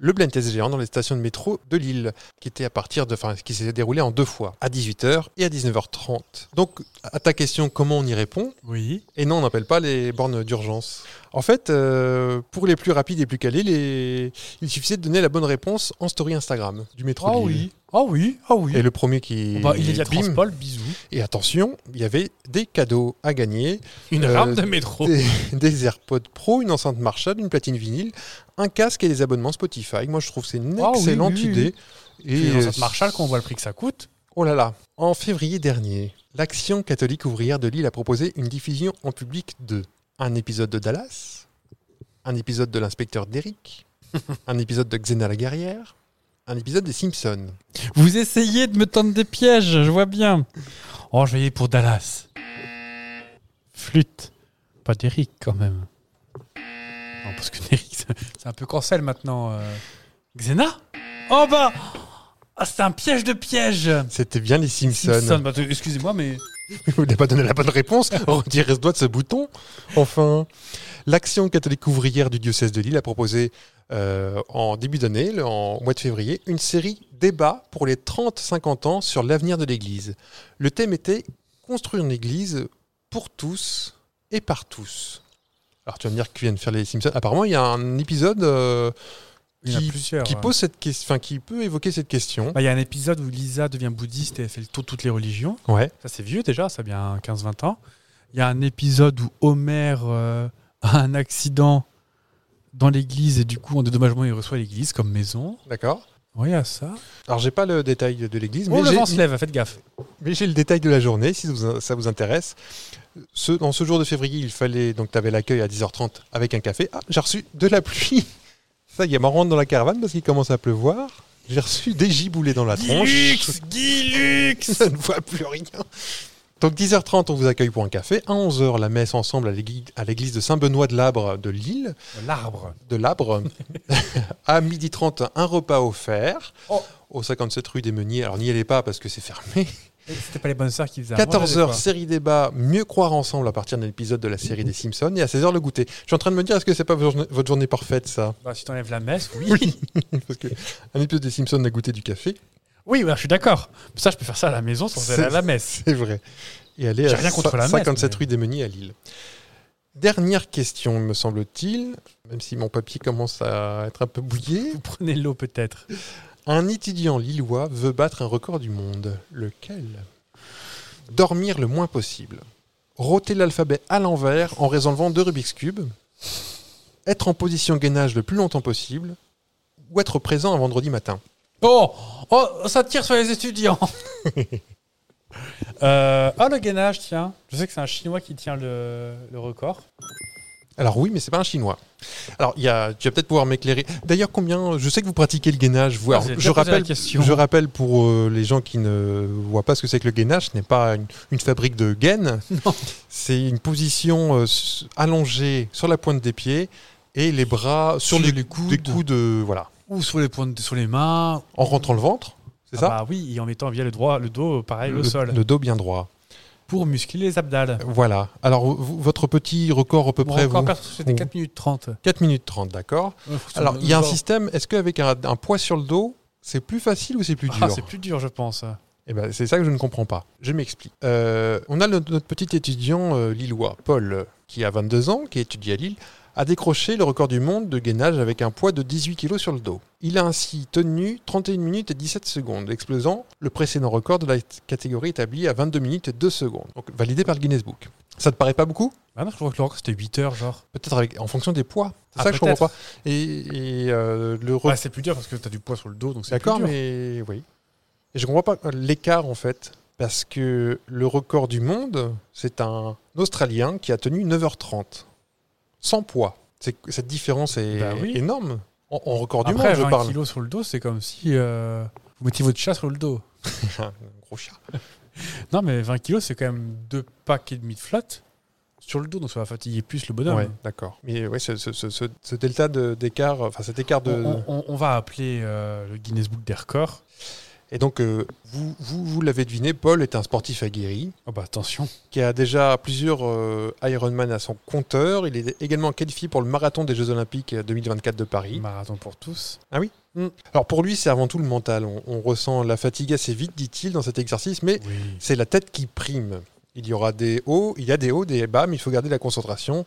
Le blind test géant dans les stations de métro de Lille, qui était à partir de, enfin, qui s'est déroulé en deux fois, à 18h et à 19h30. Donc, à ta question, comment on y répond Oui. Et non, on n'appelle pas les bornes d'urgence. En fait, euh, pour les plus rapides et plus calés, les- il suffisait de donner la bonne réponse en story Instagram du métro. Oh de Lille. oui. Oh oui. Oh oui. Ah Et le premier qui. Bon, bah, il est via bim. Transpol, bisous. Et attention, il y avait des cadeaux à gagner Une Euh, rame de métro. des, des AirPods Pro, une enceinte Marshall, une platine vinyle, un casque et des abonnements Spotify. Moi, je trouve que c'est une Ah oui, excellente oui, oui. idée. Et dans euh, cette Marshall, quand on voit le prix que ça coûte. Oh là là En février dernier, l'Action catholique ouvrière de Lille a proposé une diffusion en public de un épisode de Dallas, un épisode de l'inspecteur Derrick, [laughs] un épisode de Xena la guerrière, un épisode des Simpsons. Vous essayez de me tendre des pièges, je vois bien. Oh, je vais y aller pour Dallas. Flûte. Pas d'Eric, quand même. Non, parce que [laughs] Eric, ça C'est un peu cancel maintenant. euh. Xena Oh bah Ah, c'est un piège de piège C'était bien les Simpsons. Simpson, bah, excusez-moi, mais. Vous n'avez pas donné la bonne réponse. Retirez ce doigt de ce bouton. Enfin, l'action catholique ouvrière du diocèse de Lille a proposé euh, en début d'année, le- en au mois de février, une série débat pour les 30-50 ans sur l'avenir de l'Église. Le thème était construire une Église pour tous et par tous. Alors tu vas me dire que viennent faire les Simpsons. Apparemment, il y a un épisode euh, Il y en a plusieurs. hein. qui ouais. pose cette question, enfin, qui peut évoquer cette question. Bah, Il y a un épisode où Lisa devient bouddhiste et elle fait le tour de toutes les religions. Ouais. Ça, c'est vieux déjà, ça a bien 15-20 ans. Il y a un épisode où Homer euh, [laughs] a un accident dans l'église et du coup, en dédommagement, il reçoit l'église comme maison. D'accord. Oui, il y a ça. Alors j'ai pas le détail de l'Église, Oh, mais le j'ai- vent se lève, faites gaffe. Mais j'ai le détail de la journée, si vous- ça vous intéresse. Ce- dans ce jour de février, il fallait. Donc, tu avais l'accueil à 10h30 avec un café. Ah, j'ai reçu de la pluie [laughs] Ça y est, m'en rentre dans la caravane parce qu'il commence à pleuvoir. J'ai reçu des giboulées dans la tronche. Guilux Ça ne voit plus rien. Donc, 10h30, on vous accueille pour un café. À 11h, la messe ensemble à l'égui- à l'église de Saint-Benoît-de-Labre de Lille. Oh, L'arbre. De Labre. à 12h30, un repas offert. Oh. Au 57 rue des Meuniers. Alors, n'y allez pas parce que c'est fermé. Et C'était pas les bonnes sœurs qui faisaient à manger, 14h, quoi. série débat, mieux croire ensemble à partir d'un épisode de la série des Simpsons, et à 16h, le goûter. Je suis en train de me dire, est-ce que c'est pas votre journée- votre journée parfaite, ça Bah, si t'enlèves la messe, [laughs] oui. [laughs] Parce que un épisode des Simpsons a goûté du café, [laughs] Oui, bah, je suis d'accord. Ça, je peux faire ça à la maison sans aller à la messe. c'est vrai. Et aller J'ai à rien contre cin- la messe, 57 mais- rue des Meuniers à Lille. Dernière question, me semble-t-il, même si mon papier commence à être un peu bouillé. Vous prenez l'eau peut-être. Un étudiant lillois veut battre un record du monde. Lequel Dormir le moins possible. Roter l'alphabet à l'envers en résolvant deux Rubik's Cube. Être en position gainage le plus longtemps possible. Ou être présent un vendredi matin. Oh, oh, ça tire sur les [laughs] étudiants. euh, ah, le gainage, tiens. Je sais que c'est un Chinois qui tient le, le record. Alors oui, mais c'est pas un chinois. Alors il y a, tu vas peut-être pouvoir m'éclairer. D'ailleurs, combien Je sais que vous pratiquez le gainage. Vous, alors, j'ai Ah, déjà je posé la rappelle, question. je rappelle pour euh, les gens qui ne voient pas ce que c'est que le gainage. Ce n'est pas une, une fabrique de [laughs] gaines. C'est une position euh, s- allongée sur la pointe des pieds et les bras Sur sur, les, les coudes. des coudes, euh, voilà, Ou sur les pointes, sur les mains. en rentrant le ventre. C'est Ah ça bah oui, et en mettant via le droit, le dos, pareil, le, sol. le dos bien droit. Pour muscler les abdales. Voilà. Alors vous- votre petit record à peu Mon près, record vous perso, c'était vous- 4 minutes 30. 4 minutes 30, d'accord Alors il y a un système. Est-ce qu'avec un, un poids sur le dos, c'est plus facile ou c'est plus dur Ah, c'est plus dur, je pense. Ah Eh ben, c'est ça que je ne comprends pas. Je m'explique. Euh, on a le- notre petit étudiant euh, lillois, Paul, euh, qui a 22 ans, qui étudie à Lille, a décroché le record du monde de gainage avec un poids de 18 kg sur le dos. Il a ainsi tenu 31 minutes et 17 secondes, explosant le précédent record de la catégorie établie à 22 minutes et 2 secondes, donc validé par le Guinness Book. Ça te paraît pas beaucoup Ah non, je crois que le record, c'était 8 heures, genre. Peut-être avec- en fonction des poids. C'est Ah, ça que je peut-être. Bah, comprends pas. Et, et, euh, le record. Ouais, c'est plus dur parce que t'as du poids sur le dos, donc c'est plus D'accord, dur. mais oui. Et je comprends pas euh, l'écart en fait, parce que le record du monde, c'est un Australien qui a tenu 9h30 sans poids. C'est- Cette différence est Bah oui. énorme. En, en record du Après, monde, je 20 parle. kilos sur le dos, c'est comme si euh, vous mettiez votre chat sur le dos. Un gros chien. Non, mais 20 kilos, c'est quand même deux packs et demi de flotte sur le dos, donc ça va fatiguer plus le bonhomme. Ouais, d'accord. Mais ouais, ce, ce- ce- ce- ce delta de- d'écart, enfin cet écart de. On, on- on va appeler euh, le Guinness Book des records. Et donc, euh, vous, vous, vous l'avez deviné, Paul est un sportif aguerri. Oh bah attention. qui a déjà plusieurs euh, Ironman à son compteur. Il est également qualifié pour le marathon des Jeux Olympiques euh, 2024 de Paris. Marathon pour tous. Alors pour lui, c'est avant tout le mental. On, on ressent la fatigue assez vite, dit-il, dans cet exercice, mais Oui. c'est la tête qui prime. Il y aura des hauts, il y a des hauts, des bas, mais il faut garder la concentration.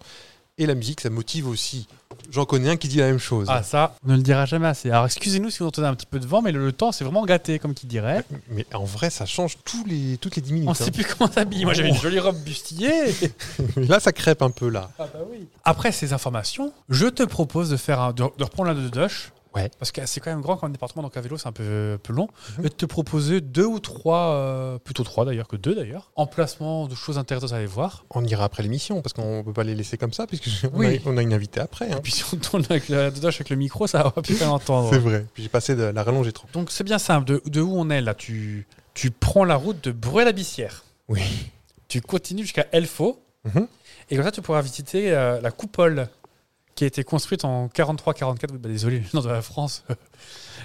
Et la musique, ça motive aussi. J'en connais un qui dit la même chose. Ah ça, on ne le dira jamais assez. Alors excusez-nous si vous entendez un petit peu de vent, mais le, le temps c'est vraiment gâté, comme qui dirait. Mais en vrai, ça change tous les, toutes les 10 On minutes. sait plus comment s'habiller. Oh, Moi j'avais une jolie robe bustillée. hein. [laughs] Là, ça crêpe un peu, là. Après ces informations, je te propose de faire un- de, de reprendre la de Doche. Ouais. Parce que c'est quand même grand comme département, donc à vélo c'est un peu, peu long. Et de te proposer deux ou trois, euh, plutôt trois d'ailleurs que deux d'ailleurs, emplacements de choses intéressantes à aller voir. On ira après l'émission, parce qu'on ne peut pas les laisser comme ça, puisque on, Oui. a, on a une invitée après. hein. Et puis si on tourne avec la de Doche avec le micro, ça va plus faire C'est entendre. vrai. Puis j'ai passé de la rallonge et trop. Donc c'est bien simple. De, de où on est là tu, tu prends la route de Bruy-la-Bissière. Oui. Tu continues jusqu'à Elfo. Mhm. Et comme ça, tu pourras visiter euh, la coupole, qui qui a été construite en 43-44. Oui, bah, désolé, le nom de la France. [laughs]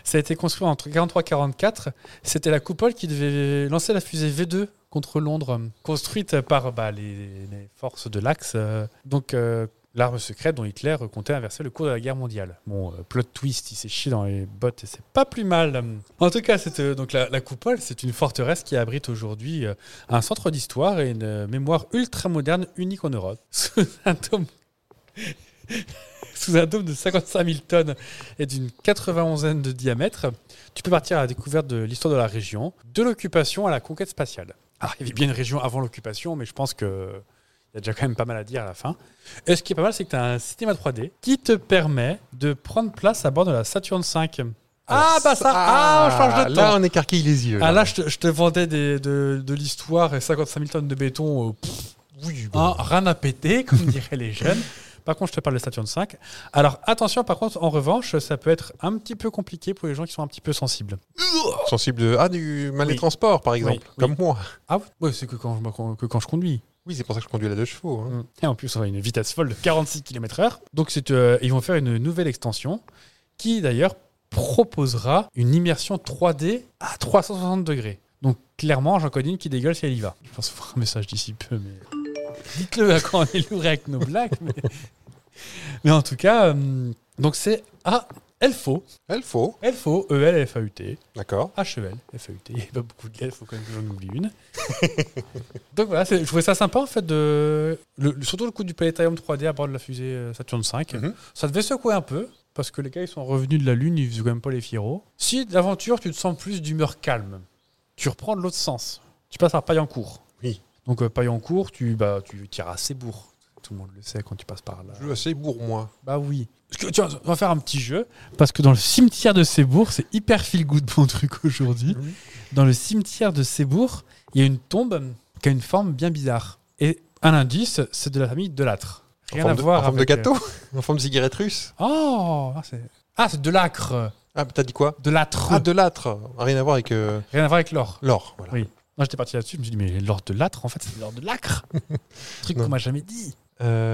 Ça a été construit entre 43-44. C'était la coupole qui devait lancer la fusée V2 contre Londres, euh, construite par bah, les, les forces de l'Axe. euh, Donc, euh, l'arme secrète dont Hitler comptait inverser le cours de la guerre mondiale. Bon, euh, plot twist, il s'est chié dans les bottes et c'est pas plus mal. En tout cas, c'est, euh, donc la, la coupole, c'est une forteresse qui abrite aujourd'hui euh, un centre d'histoire et une euh, mémoire ultra moderne unique en Europe. [laughs] Sous un dôme. [laughs] Sous un dôme de 55 000 tonnes et d'une 91aine de diamètre, tu peux partir à la découverte de l'histoire de la région, de l'occupation à la conquête spatiale. Alors, il y avait bien une région avant l'occupation, mais je pense que il y a déjà quand même pas mal à dire à la fin. Et ce qui est pas mal, c'est que tu as un cinéma 3D qui te permet de prendre place à bord de la Saturn 5. Ah, bah ça, ah, on change de temps. Là, on écarquille les yeux. Ah là, je te, je te vendais des- de, de l'histoire et 55 000 tonnes de béton. euh, pff, oui, bah, hein, rien à péter, comme diraient les jeunes. Par contre, je te parle de Saturn 5. Alors attention, par contre, en revanche, ça peut être un petit peu compliqué pour les gens qui sont un petit peu sensibles. sensible de- ah, du mal des Oui. transports, par exemple, oui. comme moi. Ah ouais, c'est que quand, je- que quand je conduis. Oui, c'est pour ça que je conduis la deux chevaux. hein. Mm. Et en plus, on a une vitesse folle de 46 km/h. Donc, c'est, euh, ils vont faire une nouvelle extension qui, d'ailleurs, proposera une immersion 3D à 360 degrés. Donc, clairement, j'en connais une qui dégueule si elle y va. Je pense avoir un message d'ici peu, mais dites-le à quand on est lourd avec nos blagues. Mais, [laughs] mais en tout cas, euh, donc c'est à Elfo, Elle faut, Elfo, E-L-F-A-U-T, d'accord. H-E-L, F-A-U-T. E Il n'y a pas beaucoup de lettres, il faut quand même que j'en oublie [laughs] une. Donc voilà, c'est- je trouvais ça sympa en fait, de, le- le- surtout le coup du Planétarium 3D à bord de la fusée euh, Saturn 5. Mhm. Ça devait secouer un peu, parce que les gars ils sont revenus de la Lune, ils faisaient quand même pas les fieros. Si d'aventure tu te sens plus d'humeur calme, tu reprends de l'autre sens. Tu passes par Paillancourt. Oui. Donc euh, Paillancourt, tu, bah, tu tires assez bourg. Tout le monde le sait quand tu passes par là. Je suis assez bourre, moi. Bah oui. Parce que, tiens, on va faire un petit jeu. Parce que dans le cimetière de Sébourg, c'est hyper feel good mon truc aujourd'hui. Oui. Dans le cimetière de Sébourg, il y a une tombe qui a une forme bien bizarre. Et un indice, c'est de la famille Delattre. En Rien forme, à de, voir. en forme de avec, euh, gâteau [laughs] En forme de cigarette russe Oh ah, c'est- Ah, c'est Delacre. Ah, t'as dit quoi Delâtre. Ah, de l'âtre Rien à voir avec euh, Rien à voir avec l'or. l'or, voilà. Moi, j'étais parti là-dessus. Je me suis dit, mais l'or de l'âtre, en fait, c'est l'or de l'acre. [laughs] truc Non. qu'on m'a jamais dit.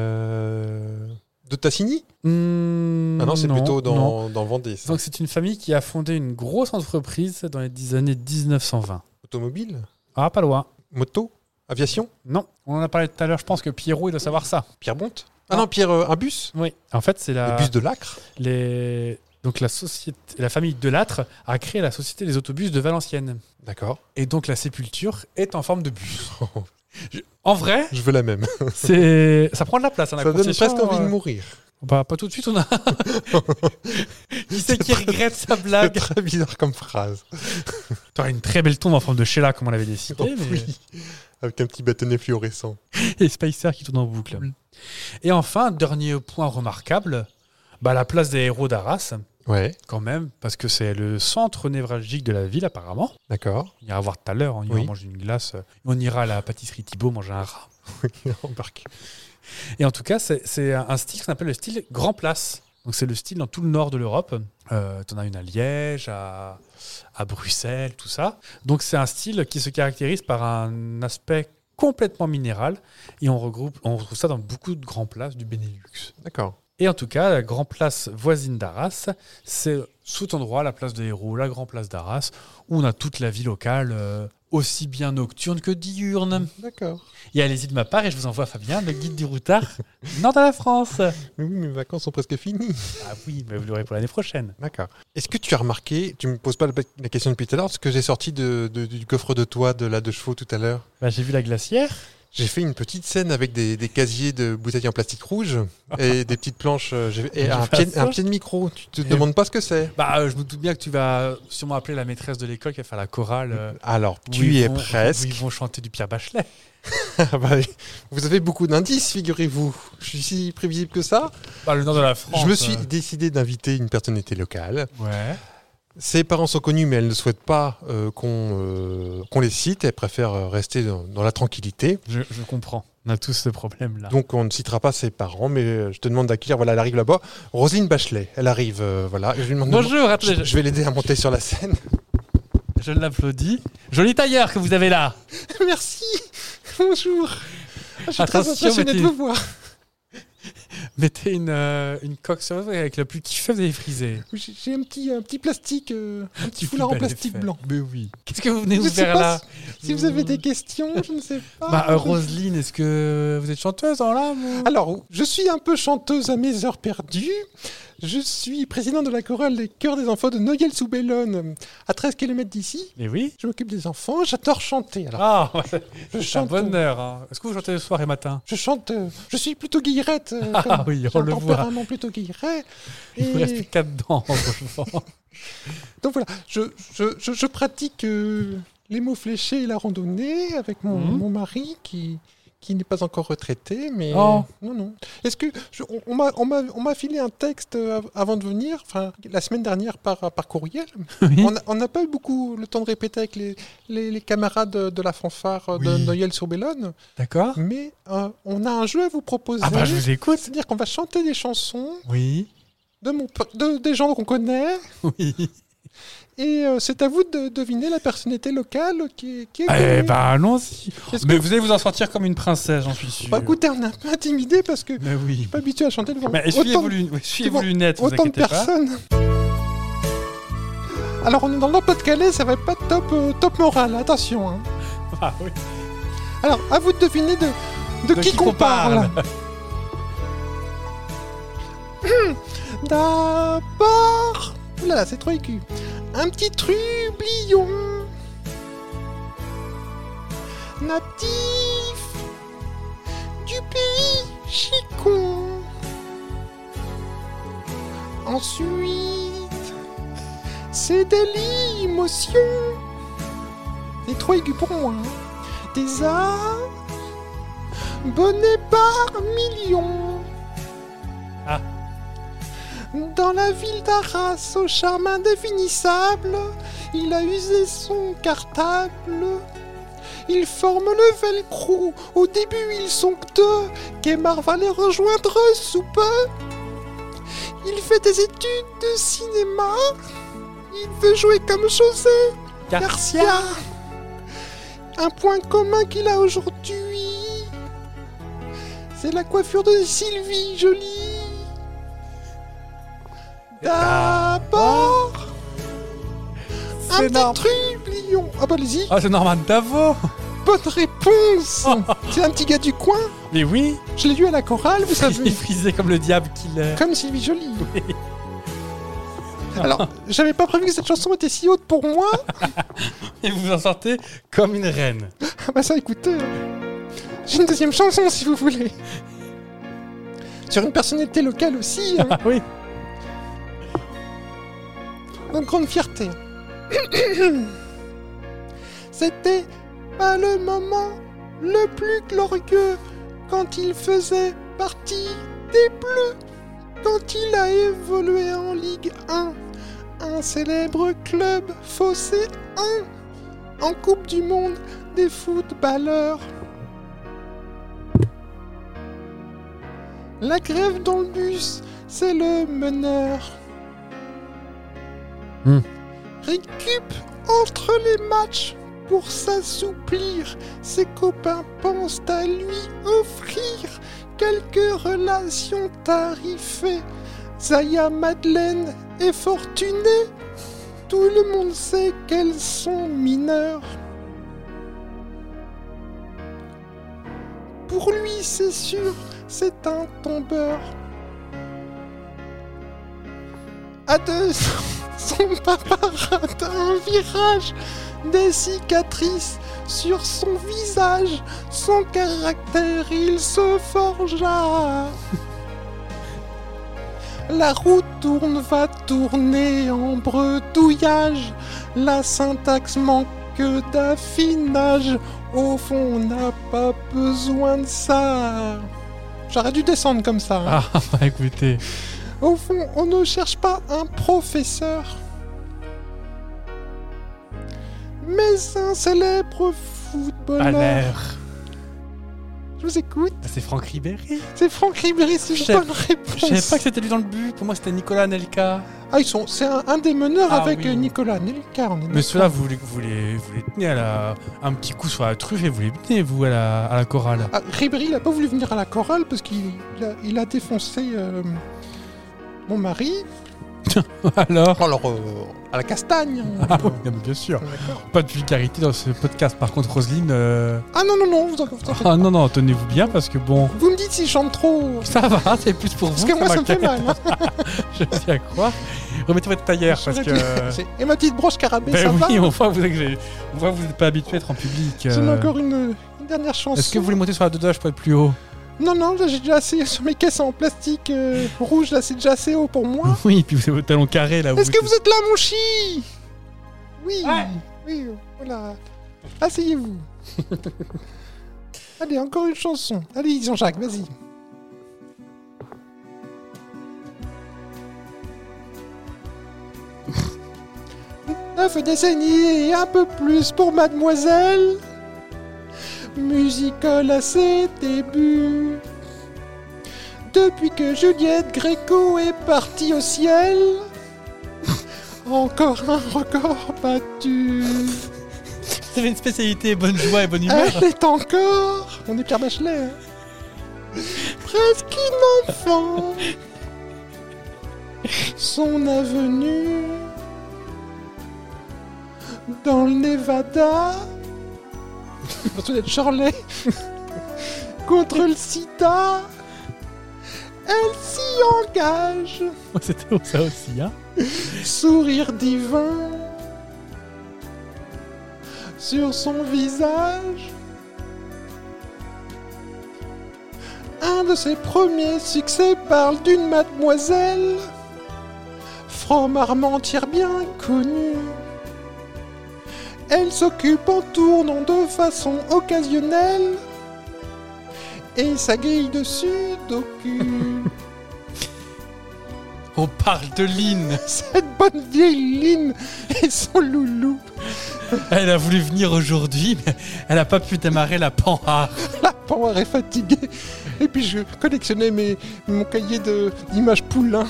Euh, De Tassini Hmm, Ah non, c'est plutôt non. dans, dans Vendée, ça. Donc c'est une famille qui a fondé une grosse entreprise dans les années 1920. Automobile Ah, pas loin. Moto Aviation Non, on en a parlé tout à l'heure, je pense que Pierrot, il doit savoir ça. Pierre Bonte Ah non, Pierre, euh, un bus Oui. En fait, c'est la... Le bus de l'âcre les... Donc la, société... la famille Delattre a créé la société des autobus de Valenciennes. D'accord. [laughs] Et donc la sépulture est en forme de bus. Je- En [laughs] vrai, Je veux la même. c'est ça prend de la place. hein, la ça donne concession, presque envie de euh, mourir. Bah, pas tout de suite, [laughs] on a... qui c'est qui regrette sa C'est blague [laughs] très bizarre comme phrase. T'aurais une très belle tombe en forme de Sheila, comme on l'avait décidé. mais- Oui. Avec un petit bâtonnet fluorescent. [laughs] et Spicer qui tourne en boucle. Et enfin, dernier point remarquable, bah, la place des héros d'Arras, Ouais, quand même, parce que c'est le centre névralgique de la ville apparemment. d'accord. On ira voir tout à l'heure, hein. on ira Oui. manger une glace, euh, on ira à la pâtisserie Thibault manger un rat. Embarque. Et en tout cas, c'est c'est un un style qu'on appelle le style Grand Place. Donc c'est le style dans tout le nord de l'Europe. Euh, T'en as une à Liège, à, à Bruxelles, tout ça. Donc c'est un style qui se caractérise par un aspect complètement minéral et on regroupe, on retrouve ça dans beaucoup de grands places du Benelux. [laughs] D'accord. Et en tout cas, la Grand Place voisine d'Arras, c'est sous endroit la place des héros, la Grand Place d'Arras, où on a toute la vie locale, euh, aussi bien nocturne que diurne. D'accord. Et allez-y de ma part, et je vous envoie Fabien, le guide du routard, [laughs] Nord à la France. Mais oui, mes vacances sont presque finies. Ah oui, mais vous l'aurez pour l'année prochaine. D'accord. Est-ce que tu as remarqué, tu me poses pas la la question depuis tout à l'heure, ce que j'ai sorti de- de- du coffre de toit de la deux chevaux tout à l'heure Bah, j'ai vu la glacière. J'ai fait une petite scène avec des, des casiers de bouteilles en plastique [laughs] rouge et des petites planches euh, j'ai- et J'ai un fait pied, ça. un pied de micro. Tu te demandes pas ce que c'est Bah, euh, je me doute bien que tu vas sûrement appeler la maîtresse de l'école qui va faire la chorale. euh, Alors, où tu ils y es vont- où presque. ils vont chanter du Pierre Bachelet. [laughs] Ah bah, vous avez beaucoup d'indices, figurez-vous. Je suis si prévisible que ça. Bah, le nord de la France. Je me suis euh, décidé d'inviter une personnalité locale. Ouais. Ses parents sont connus, mais elle ne souhaite pas euh, qu'on euh, qu'on les cite. Elle préfère euh, rester dans, dans la tranquillité. Je, je comprends. On a tous ce problème-là. Donc on ne citera pas ses parents, mais euh, je te demande d'accueillir. Voilà, elle arrive là-bas. Roselyne Bachelet, elle arrive. euh, voilà, je lui demande. de mon- Bonjour, attendez, Je, je vais l'aider à monter sur la scène. Je l'applaudis. Joli tailleur que vous avez là. [laughs] Merci. Bonjour. Je suis Attention, très impressionné de Mathilde. vous voir. Mettez une, euh, une coque sur votre avec la pluie qui fait, vous allez friser. J'ai j'ai un petit, un petit plastique, euh, un petit Tu foulard en peux pas les plastique faire. blanc. Mais oui. Qu'est-ce que vous venez Je nous sais faire pas là Si vous avez des questions, je ne sais pas. Bah, euh, Roselyne, est-ce que vous êtes chanteuse en l'âme ou- Alors, je suis un peu chanteuse à mes heures perdues. Je suis président de la chorale des chœurs des enfants de noyelles sous bellonne à 13 km d'ici. Mais oui. Je m'occupe des enfants, j'adore chanter. Alors, Ah, je c'est un chante. bonheur. hein. Est-ce que vous chantez le soir et matin Je chante, euh, je suis plutôt guillerette. euh, Ah comme- oui, j'ai on un le voit. tempérament plutôt guilleret. Il vous Et reste plus quatre dents. en [laughs] revanche. donc voilà, je, je- je- je pratique euh, les mots fléchés et la randonnée avec mon, Mhm. mon mari qui, qui n'est pas encore retraité. Mais Oh. non, non. Est-ce que je- on- on, m'a- on m'a- on m'a filé un texte euh, av- avant de venir, enfin la semaine dernière par, par courriel. [laughs] Oui. On n'a- On n'a pas eu beaucoup le temps de répéter avec les, les- les camarades de, de la fanfare euh, de Oui. Noël sur Bellone, D'accord mais euh, on a un jeu à vous proposer. Ah bah, je vous écoute. C'est-à-dire qu'on va chanter des chansons Oui. de mon, de, des gens qu'on connaît. Oui. Et euh, c'est à vous de deviner la personnalité locale qui est. Qui est Eh connue. Bah, ben, allons-y. Est-ce Mais vous allez vous en sortir comme une princesse, j'en suis sûr. Bah, écoutez, on est un peu intimidé parce que je suis Mais oui. pas habitué à chanter devant Mais essuyez autant, vos, lun- oui, essuyez vos devant- lunettes, vous autant de inquiétez pas. personnes. Alors, on est dans le Pas-de-Calais, ça va être pas top, euh, top moral, attention. hein. Ah oui. Alors, à vous de deviner de, de, qui, qu'on parle. [laughs] D'abord. Oulala, là, c'est trop écu. Un petit trublion. Natif du pays chicon. Ensuite, c'est de l'émotion. C'est trop aigu pour moi. hein. Des arts. Bonnet par million. Dans la ville d'Arras, au charme indéfinissable, il a usé son cartable. Ils forment le Velcro, au début ils sont que deux, Kemar va les rejoindre sous peu. Il fait des études de cinéma, il veut jouer comme José Garcia. Un point commun qu'il a aujourd'hui, c'est la coiffure de Sylvie Jolie. D'abord, un Ah. C'est petit énorme. trublion. Ah bah allez-y, Ah, c'est Norman Davo bonne réponse. Ah. C'est un petit gars du coin. [laughs] Mais oui Je l'ai eu à la chorale, vous Il est savez. frisé comme le diable qu'il est. Comme Sylvie Jolie. Alors, j'avais pas prévu que cette chanson était si haute pour moi. Et vous en sortez comme une reine. Ah bah ça, écoutez. J'ai une deuxième chanson si vous voulez. Sur une personnalité locale aussi. hein. Ah oui Donc grande fierté. C'était pas le moment le plus glorieux quand il faisait partie des Bleus, quand il a évolué en Ligue 1, un célèbre club fossé 1, en Coupe du Monde des footballeurs. La grève dans le bus, c'est le meneur récup entre les matchs pour s'assouplir. Ses copains pensent à lui offrir quelques relations tarifées. Zaya Madeleine est fortunée. Tout le monde sait qu'elles sont mineures. Pour lui, c'est sûr, c'est un tombeur. À deux [laughs] son papa rate un virage, des cicatrices sur son visage, son caractère il se forgea. La roue tourne, va tourner en bredouillage, la syntaxe manque d'affinage, au fond on n'a pas besoin de ça. J'aurais dû descendre comme ça. hein. Ah, bah écoutez. Au fond, on ne cherche pas un professeur, mais un À célèbre Ah, footballeur. l'air. Je vous écoute. Oh Ah, c'est Franck Ribéry. C'est Franck Ribéry, c'est Je une sais- bonne réponse. Je savais pas que c'était lui dans le but. Pour moi, c'était Nicolas Nelka. Ah, ils sont. C'est un, un des meneurs Ah avec oui. euh, Nicolas Nelka. on est Mais ceux-là, vous les, vous, les, vous les tenez à la, un petit coup sur la truffe et vous les tenez, vous, à la, à la chorale. Ah, Ribéry, il a pas voulu venir à la chorale parce qu'il il a, il a défoncé euh, mon mari. [laughs] Alors Oh, Alors, euh, à la castagne. Ah oui, non, mais bien sûr. D'accord. Pas de vulgarité dans ce podcast. Par contre, Roselyne. euh, Ah non, non, non, vous en, vous en faites Ah non, non, tenez-vous bien parce que bon. Vous me dites s'il chante trop. Ça va, c'est plus pour Parce vous. que moi, ça me m'inquiète, fait mal. hein. [laughs] Je tiens à croire. Remettez votre tailleur parce que. C'est- Et ma petite broche carabée, ça Ben va oui, on voit, vous, que on voit que vous n'êtes pas habitué à être en public. J'en ai euh. encore une, une dernière chanson. Est-ce que vous voulez monter sur la dodoche pour être plus haut Non, non, là, j'ai déjà assez sur mes [laughs] caisses en plastique euh, rouge, là c'est déjà assez haut pour moi. [laughs] Oui, et puis vous avez votre talon carré là. où Hein Est-ce que êtes- vous êtes là, mon chi Oui, oui, voilà. Asseyez-vous. Allez, encore une chanson. Allez, Jean-Jacques, vas-y. Neuf décennies et un peu plus pour mademoiselle. Musicole à ses débuts. Depuis que Juliette Gréco est partie au ciel, encore un record battu. Vous avez une spécialité bonne joie et bonne humeur. Elle est encore, on est Pierre Bachelet, hein. presque une enfant. Son avenue dans le Nevada, Surtout d'être Shirley, contre le sida, elle s'y engage. [laughs] C'était ça aussi, hein. sourire divin sur son visage. Un de ses premiers succès parle d'une mademoiselle, From Armentière bien connue. Elle s'occupe en tournant de façon occasionnelle et sa grille de sudoku. On parle de Lynn. Cette bonne vieille Lynn et son loulou. Elle a voulu venir aujourd'hui, mais elle n'a pas pu démarrer la panhard. la poire est fatiguée. Et puis je collectionnais mes, mon cahier de- [laughs] d'images poulain.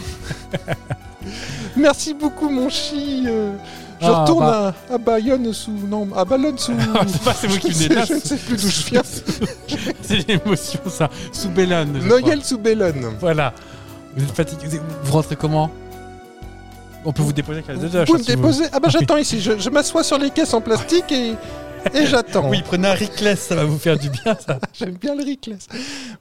Merci beaucoup mon chi. euh, je Ah, retourne bah. à, à Bayonne sous. Non, à Ballonne sous. [laughs] Ah, c'est pas- c'est vous qui je, venez sais- là. je ne sais plus d'où je viens. [laughs] C'est l'émotion, ça. Sous Bélane. je crois. Noël sous Bellone. Voilà. Vous êtes fatigué. Vous rentrez comment On peut vous déposer avec la Vous dodoche. hein, pouvez me si vous- déposer Ah bah j'attends ici, je, je m'assois sur les caisses en plastique et, [laughs] et j'attends. Oui, prenez un Rickless, ça va vous faire du bien, ça. J'aime bien le Rickless.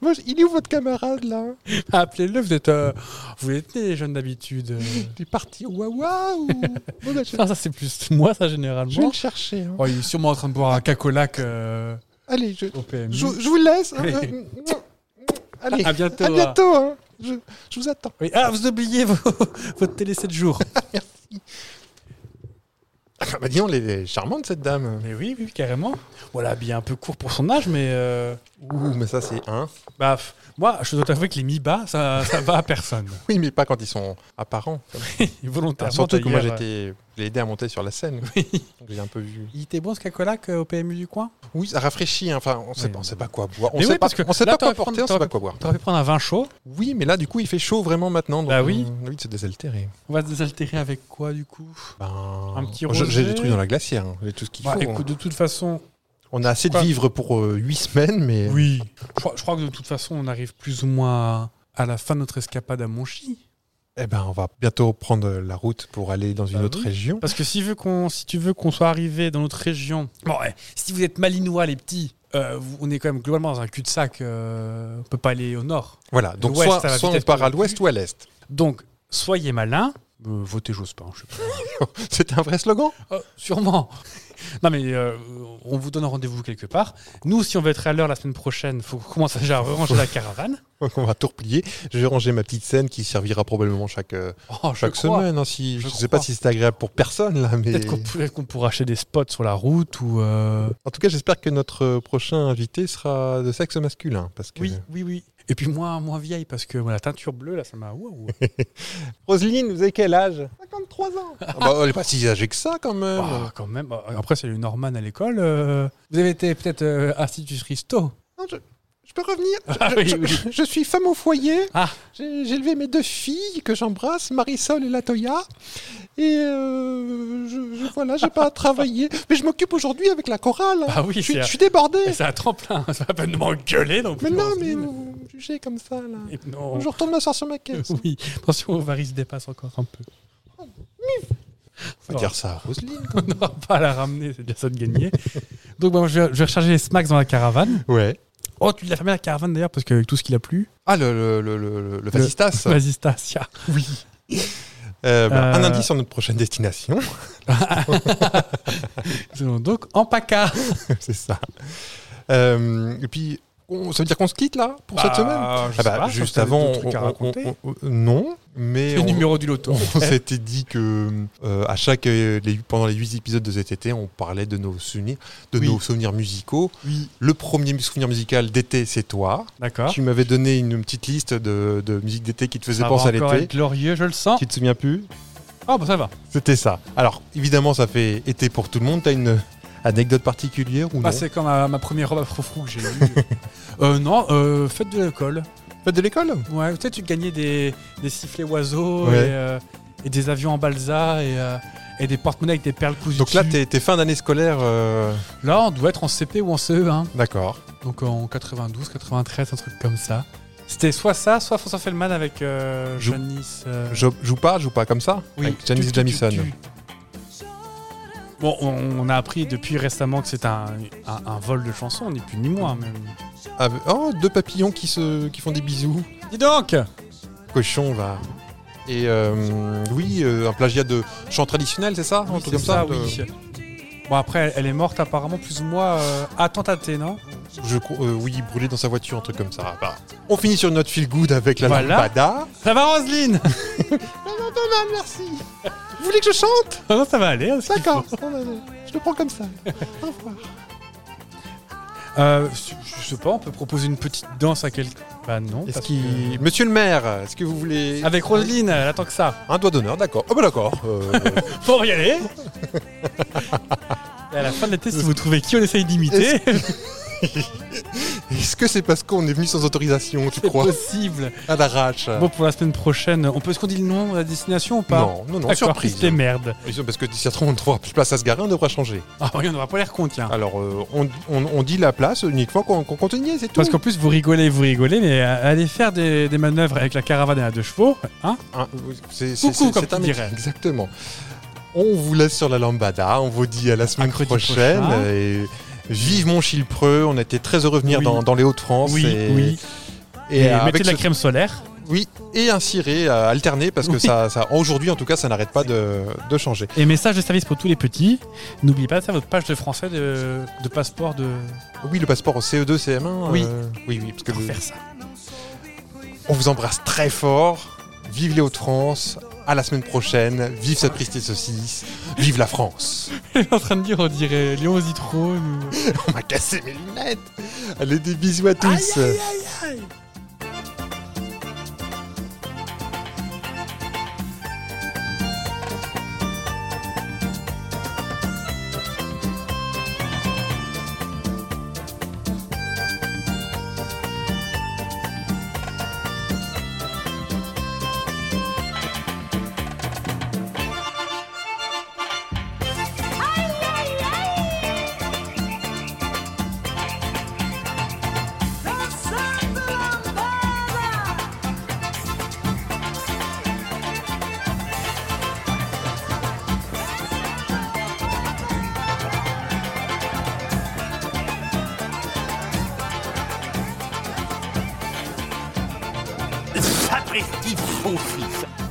Moi, je- il est où votre camarade là Ah, Appelez-le, vous êtes, euh, vous êtes né jeune [laughs] d'habitude. Ah, Il est parti au Wawa [laughs] ou... Bon, bah, je, Ça, ça c'est plus moi, ça, je vais généralement. le chercher. hein. Oh, il est sûrement en train de boire un cacolac euh, Allez, je, au PMU. Je, je vous laisse. hein, Allez. euh, [laughs] Allez, À bientôt. à bientôt. hein. Je, je vous attends. Oui. Ah, vous oubliez vos- [laughs] votre télé 7 jours. bah dis elle est charmante cette dame. mais oui, oui, carrément. Voilà, bien un peu court pour son âge, mais. euh, Ouh, mais ça c'est un. bah, f- moi, je dois t'avouer que les mi-bas, ça, ça va à [laughs] personne. Ah, Oui, mais pas quand ils sont apparents. Et Volontairement. surtout que moi d'ailleurs, j'étais, je l'ai aidé à monter sur [laughs] la scène. Oui. Donc j'ai un peu vu. Il était bon ce cacolac euh, au PMU du coin Oui, ça rafraîchit. hein. Enfin, on sait, Oui. pas, on sait pas quoi boire. On Mais sait oui, pas, parce que on sait là, pas t'aurais quoi pu porter, on prendre- sait pas quoi boire. T'aurais pu prendre un vin chaud. Oui, mais là du coup il fait chaud vraiment maintenant. Donc, Bah oui. euh, oui, c'est désaltéré. On va se désaltérer avec quoi du coup Ben, Bah, Un petit moi, j'ai- J'ai rosé. des trucs dans la glacière. hein. J'ai tout ce qu'il Bah, faut. écoute, de toute façon, On a assez de Quoi vivres pour 8 semaines, mais. oui. Je crois, je crois que de toute façon, on arrive plus ou moins à la fin de notre escapade à Monchy. Eh ben, on va bientôt prendre la route pour aller dans une Bah autre oui. région. Parce que si, veut qu'on- si tu veux qu'on soit arrivé dans notre région, bon, ouais, si vous êtes malinois, les petits, euh, vous- on est quand même globalement dans un cul-de-sac. euh, on peut pas aller au nord. Voilà, donc L'ouest, soit, ça va soit on vitesse part à plus. l'ouest ou à l'est. [laughs] Donc, soyez malins. Euh, votez Jospin, je sais [laughs] pas. C'est un vrai slogan Euh, sûrement. Non mais euh, on vous donne rendez-vous quelque part. Nous, si on veut être à l'heure la semaine prochaine, faut qu'on commence déjà à ranger [laughs] la caravane. Donc on va tout replier. Je vais ranger ma petite scène qui servira probablement chaque, euh, Oh, je chaque crois. semaine. hein, si, Je je ne sais pas crois. si c'est agréable pour personne, là, mais Peut-être qu'on pourrait, qu'on pourra acheter des spots sur la route ou. euh, en tout cas, j'espère que notre euh, prochain invité sera de sexe masculin. Parce que... Oui, oui, oui. euh, Et puis moins, moins vieille parce que voilà, la teinture bleue là, ça m'a. Waouh. Roselyne, vous avez quel âge 53 ans. Ah bah, elle n'est pas si âgée que ça, quand même. Ah, quand même. euh. Après, c'est le Norman à l'école. euh. Vous avez été peut-être euh, institutrice tôt. Non, je- Je peux revenir Je- Ah je, oui, je- [laughs] oui. je suis femme au foyer. Ah. J'ai j'ai élevé mes deux filles que j'embrasse, Marisol et Latoya. Et euh, je, je- voilà, j'ai pas à travailler. Mais je m'occupe aujourd'hui avec la chorale. hein. Ah oui, je, suis- c'est- je suis débordé. C'est un tremplin, [laughs] c'est pas la peine de m'engueuler non plus. Mais non, mais Roselyne. vous me jugez comme ça là. Et non. [laughs] Je retourne m'asseoir sur ma caisse. Oui, attention, Ovaris dépasse encore un peu. [laughs] On va dire ça à Roselyne. On n'aura pas à la ramener, c'est déjà ça de gagner. [laughs] Donc, bon, moi, je, vais, je vais recharger les smacks dans la caravane. Ouais. Oh, tu l'as fermé la caravane d'ailleurs, parce qu'avec tout ce qu'il a plu. Ah, le, le, le, le, le fascistas. Vas-y, [laughs] Stasia. Euh, bah, Un Euh. indice sur notre prochaine destination. [laughs] Nous allons donc en paca. C'est ça. Euh, et puis, on, ça veut dire qu'on se quitte là pour cette semaine Ah Ah bah, Juste avant, trucs à on- on- raconter. on- on- non, mais Les on, numéros du loto. [laughs] on s'était dit que euh, à chaque euh, les- pendant les huit épisodes de cet été, on parlait de nos souvenirs, de Oui. nos souvenirs musicaux. Le premier souvenir musical d'été, c'est toi. D'accord. Tu m'avais donné une petite liste de, de musique d'été qui te faisait Ça penser va à Ah encore l'été. être glorieux, je le sens. Tu te souviens plus Ah, bah ça va. C'était ça. Alors évidemment, ça fait été pour tout le monde. T'as une anecdote particulière ou non Bah, c'est quand ma, ma première robe à frou que j'ai [laughs] eue. Euh, non, euh, fête de l'école. Fête de l'école Ouais, peut-être tu gagnais des, des sifflets oiseaux Ouais. et, euh, et des avions en balsa et, euh, et des porte-monnaies avec des perles cousues. Donc là, dessus. t'es t'es fin d'année scolaire. euh, Là, on doit être en CP ou en CE1. D'accord. Donc en 92, 93, un truc comme ça. C'était soit ça, soit François Fellman avec euh, Jou- Janice. euh, Je joue pas, joue pas comme ça oui. Avec Janis Tu- tu- Jamison. tu- tu- Bon, on, on a appris depuis récemment que c'est un, un, un vol de chansons, ni plus ni moins. Même. Avec- Oh, deux papillons qui, se... qui font des bisous. Dis donc Cochon, va. Et euh, oui, euh, un plagiat de chant traditionnel, c'est ça Un Oui, truc c'est comme ça, ça, de- oui. Bon, après, elle est morte apparemment, plus ou moins, euh, à Tentate, non Je cro- euh, oui, brûlé dans sa voiture, un truc comme ça. Bah, on finit sur une note feel good avec la Voilà. lampada. Ça va, Roselyne Ah, merci. Vous voulez que je chante Non, [laughs] ça va aller. hein, ce qu'il D'accord. Je le prends comme ça. Au revoir. faut. Euh, je, je sais pas, on peut proposer une petite danse à quelqu'un. Bah non. Est-ce parce qu'il- Monsieur le maire, est-ce que vous voulez que- Avec Roselyne, elle attend que ça. un doigt d'honneur D'accord. Ah bah d'accord. euh, [laughs] Pour y aller [laughs] Et à la fin de l'été, si vous trouvez qui on essaye d'imiter, Est-ce que c'est parce qu'on est venu sans autorisation, tu [laughs] c'est crois possible. À l'arrache. Bon, pour la semaine prochaine, on peut est-ce qu'on dit le nom de la destination ou pas Euh, non, non, non, D'accord, surprise. C'était merde. Mais c'est Parce que si ça se trouve, on ne trouvera plus de place à se garer, on devra changer. Ah, oui, on n'aura pas l'air con, tiens. Alors, euh, on, on- on dit la place uniquement qu'on qu'on continue, c'est tout. Parce qu'en plus, vous rigolez, vous rigolez, mais euh, allez faire des, des manœuvres avec la caravane et à deux chevaux, hein Hein, euh, c'est c'est- Coucou, c'est- comme c'est tu un métier, dirais. Exactement. On vous laisse sur la lambada, on vous dit à la semaine mercredi prochaine. prochain. Et vive mon Chilpreux, on était très heureux de venir Oui. dans, dans les Hauts-de-France. Oui, et, oui. Et, Et, avec mettez de la ce- crème solaire. Oui, et un ciré euh, alterné, parce que Oui. ça, ça aujourd'hui en tout cas, ça n'arrête pas de, de changer. Et message de service pour tous les petits. N'oubliez pas de faire votre page de français de, de passeport de Oui, le passeport au E CE2, CM1. Oui. euh, oui, oui, parce que de le- faire ça. [laughs] On vous embrasse très fort. Vive les Hauts-de-France. À la semaine prochaine. Vive Sapristi Saucisse. Vive la France. Elle est en train de dire, on dirait Léon Zitrone. ou- On m'a cassé mes lunettes. Allez, des bisous à tous. Sapristi, son fils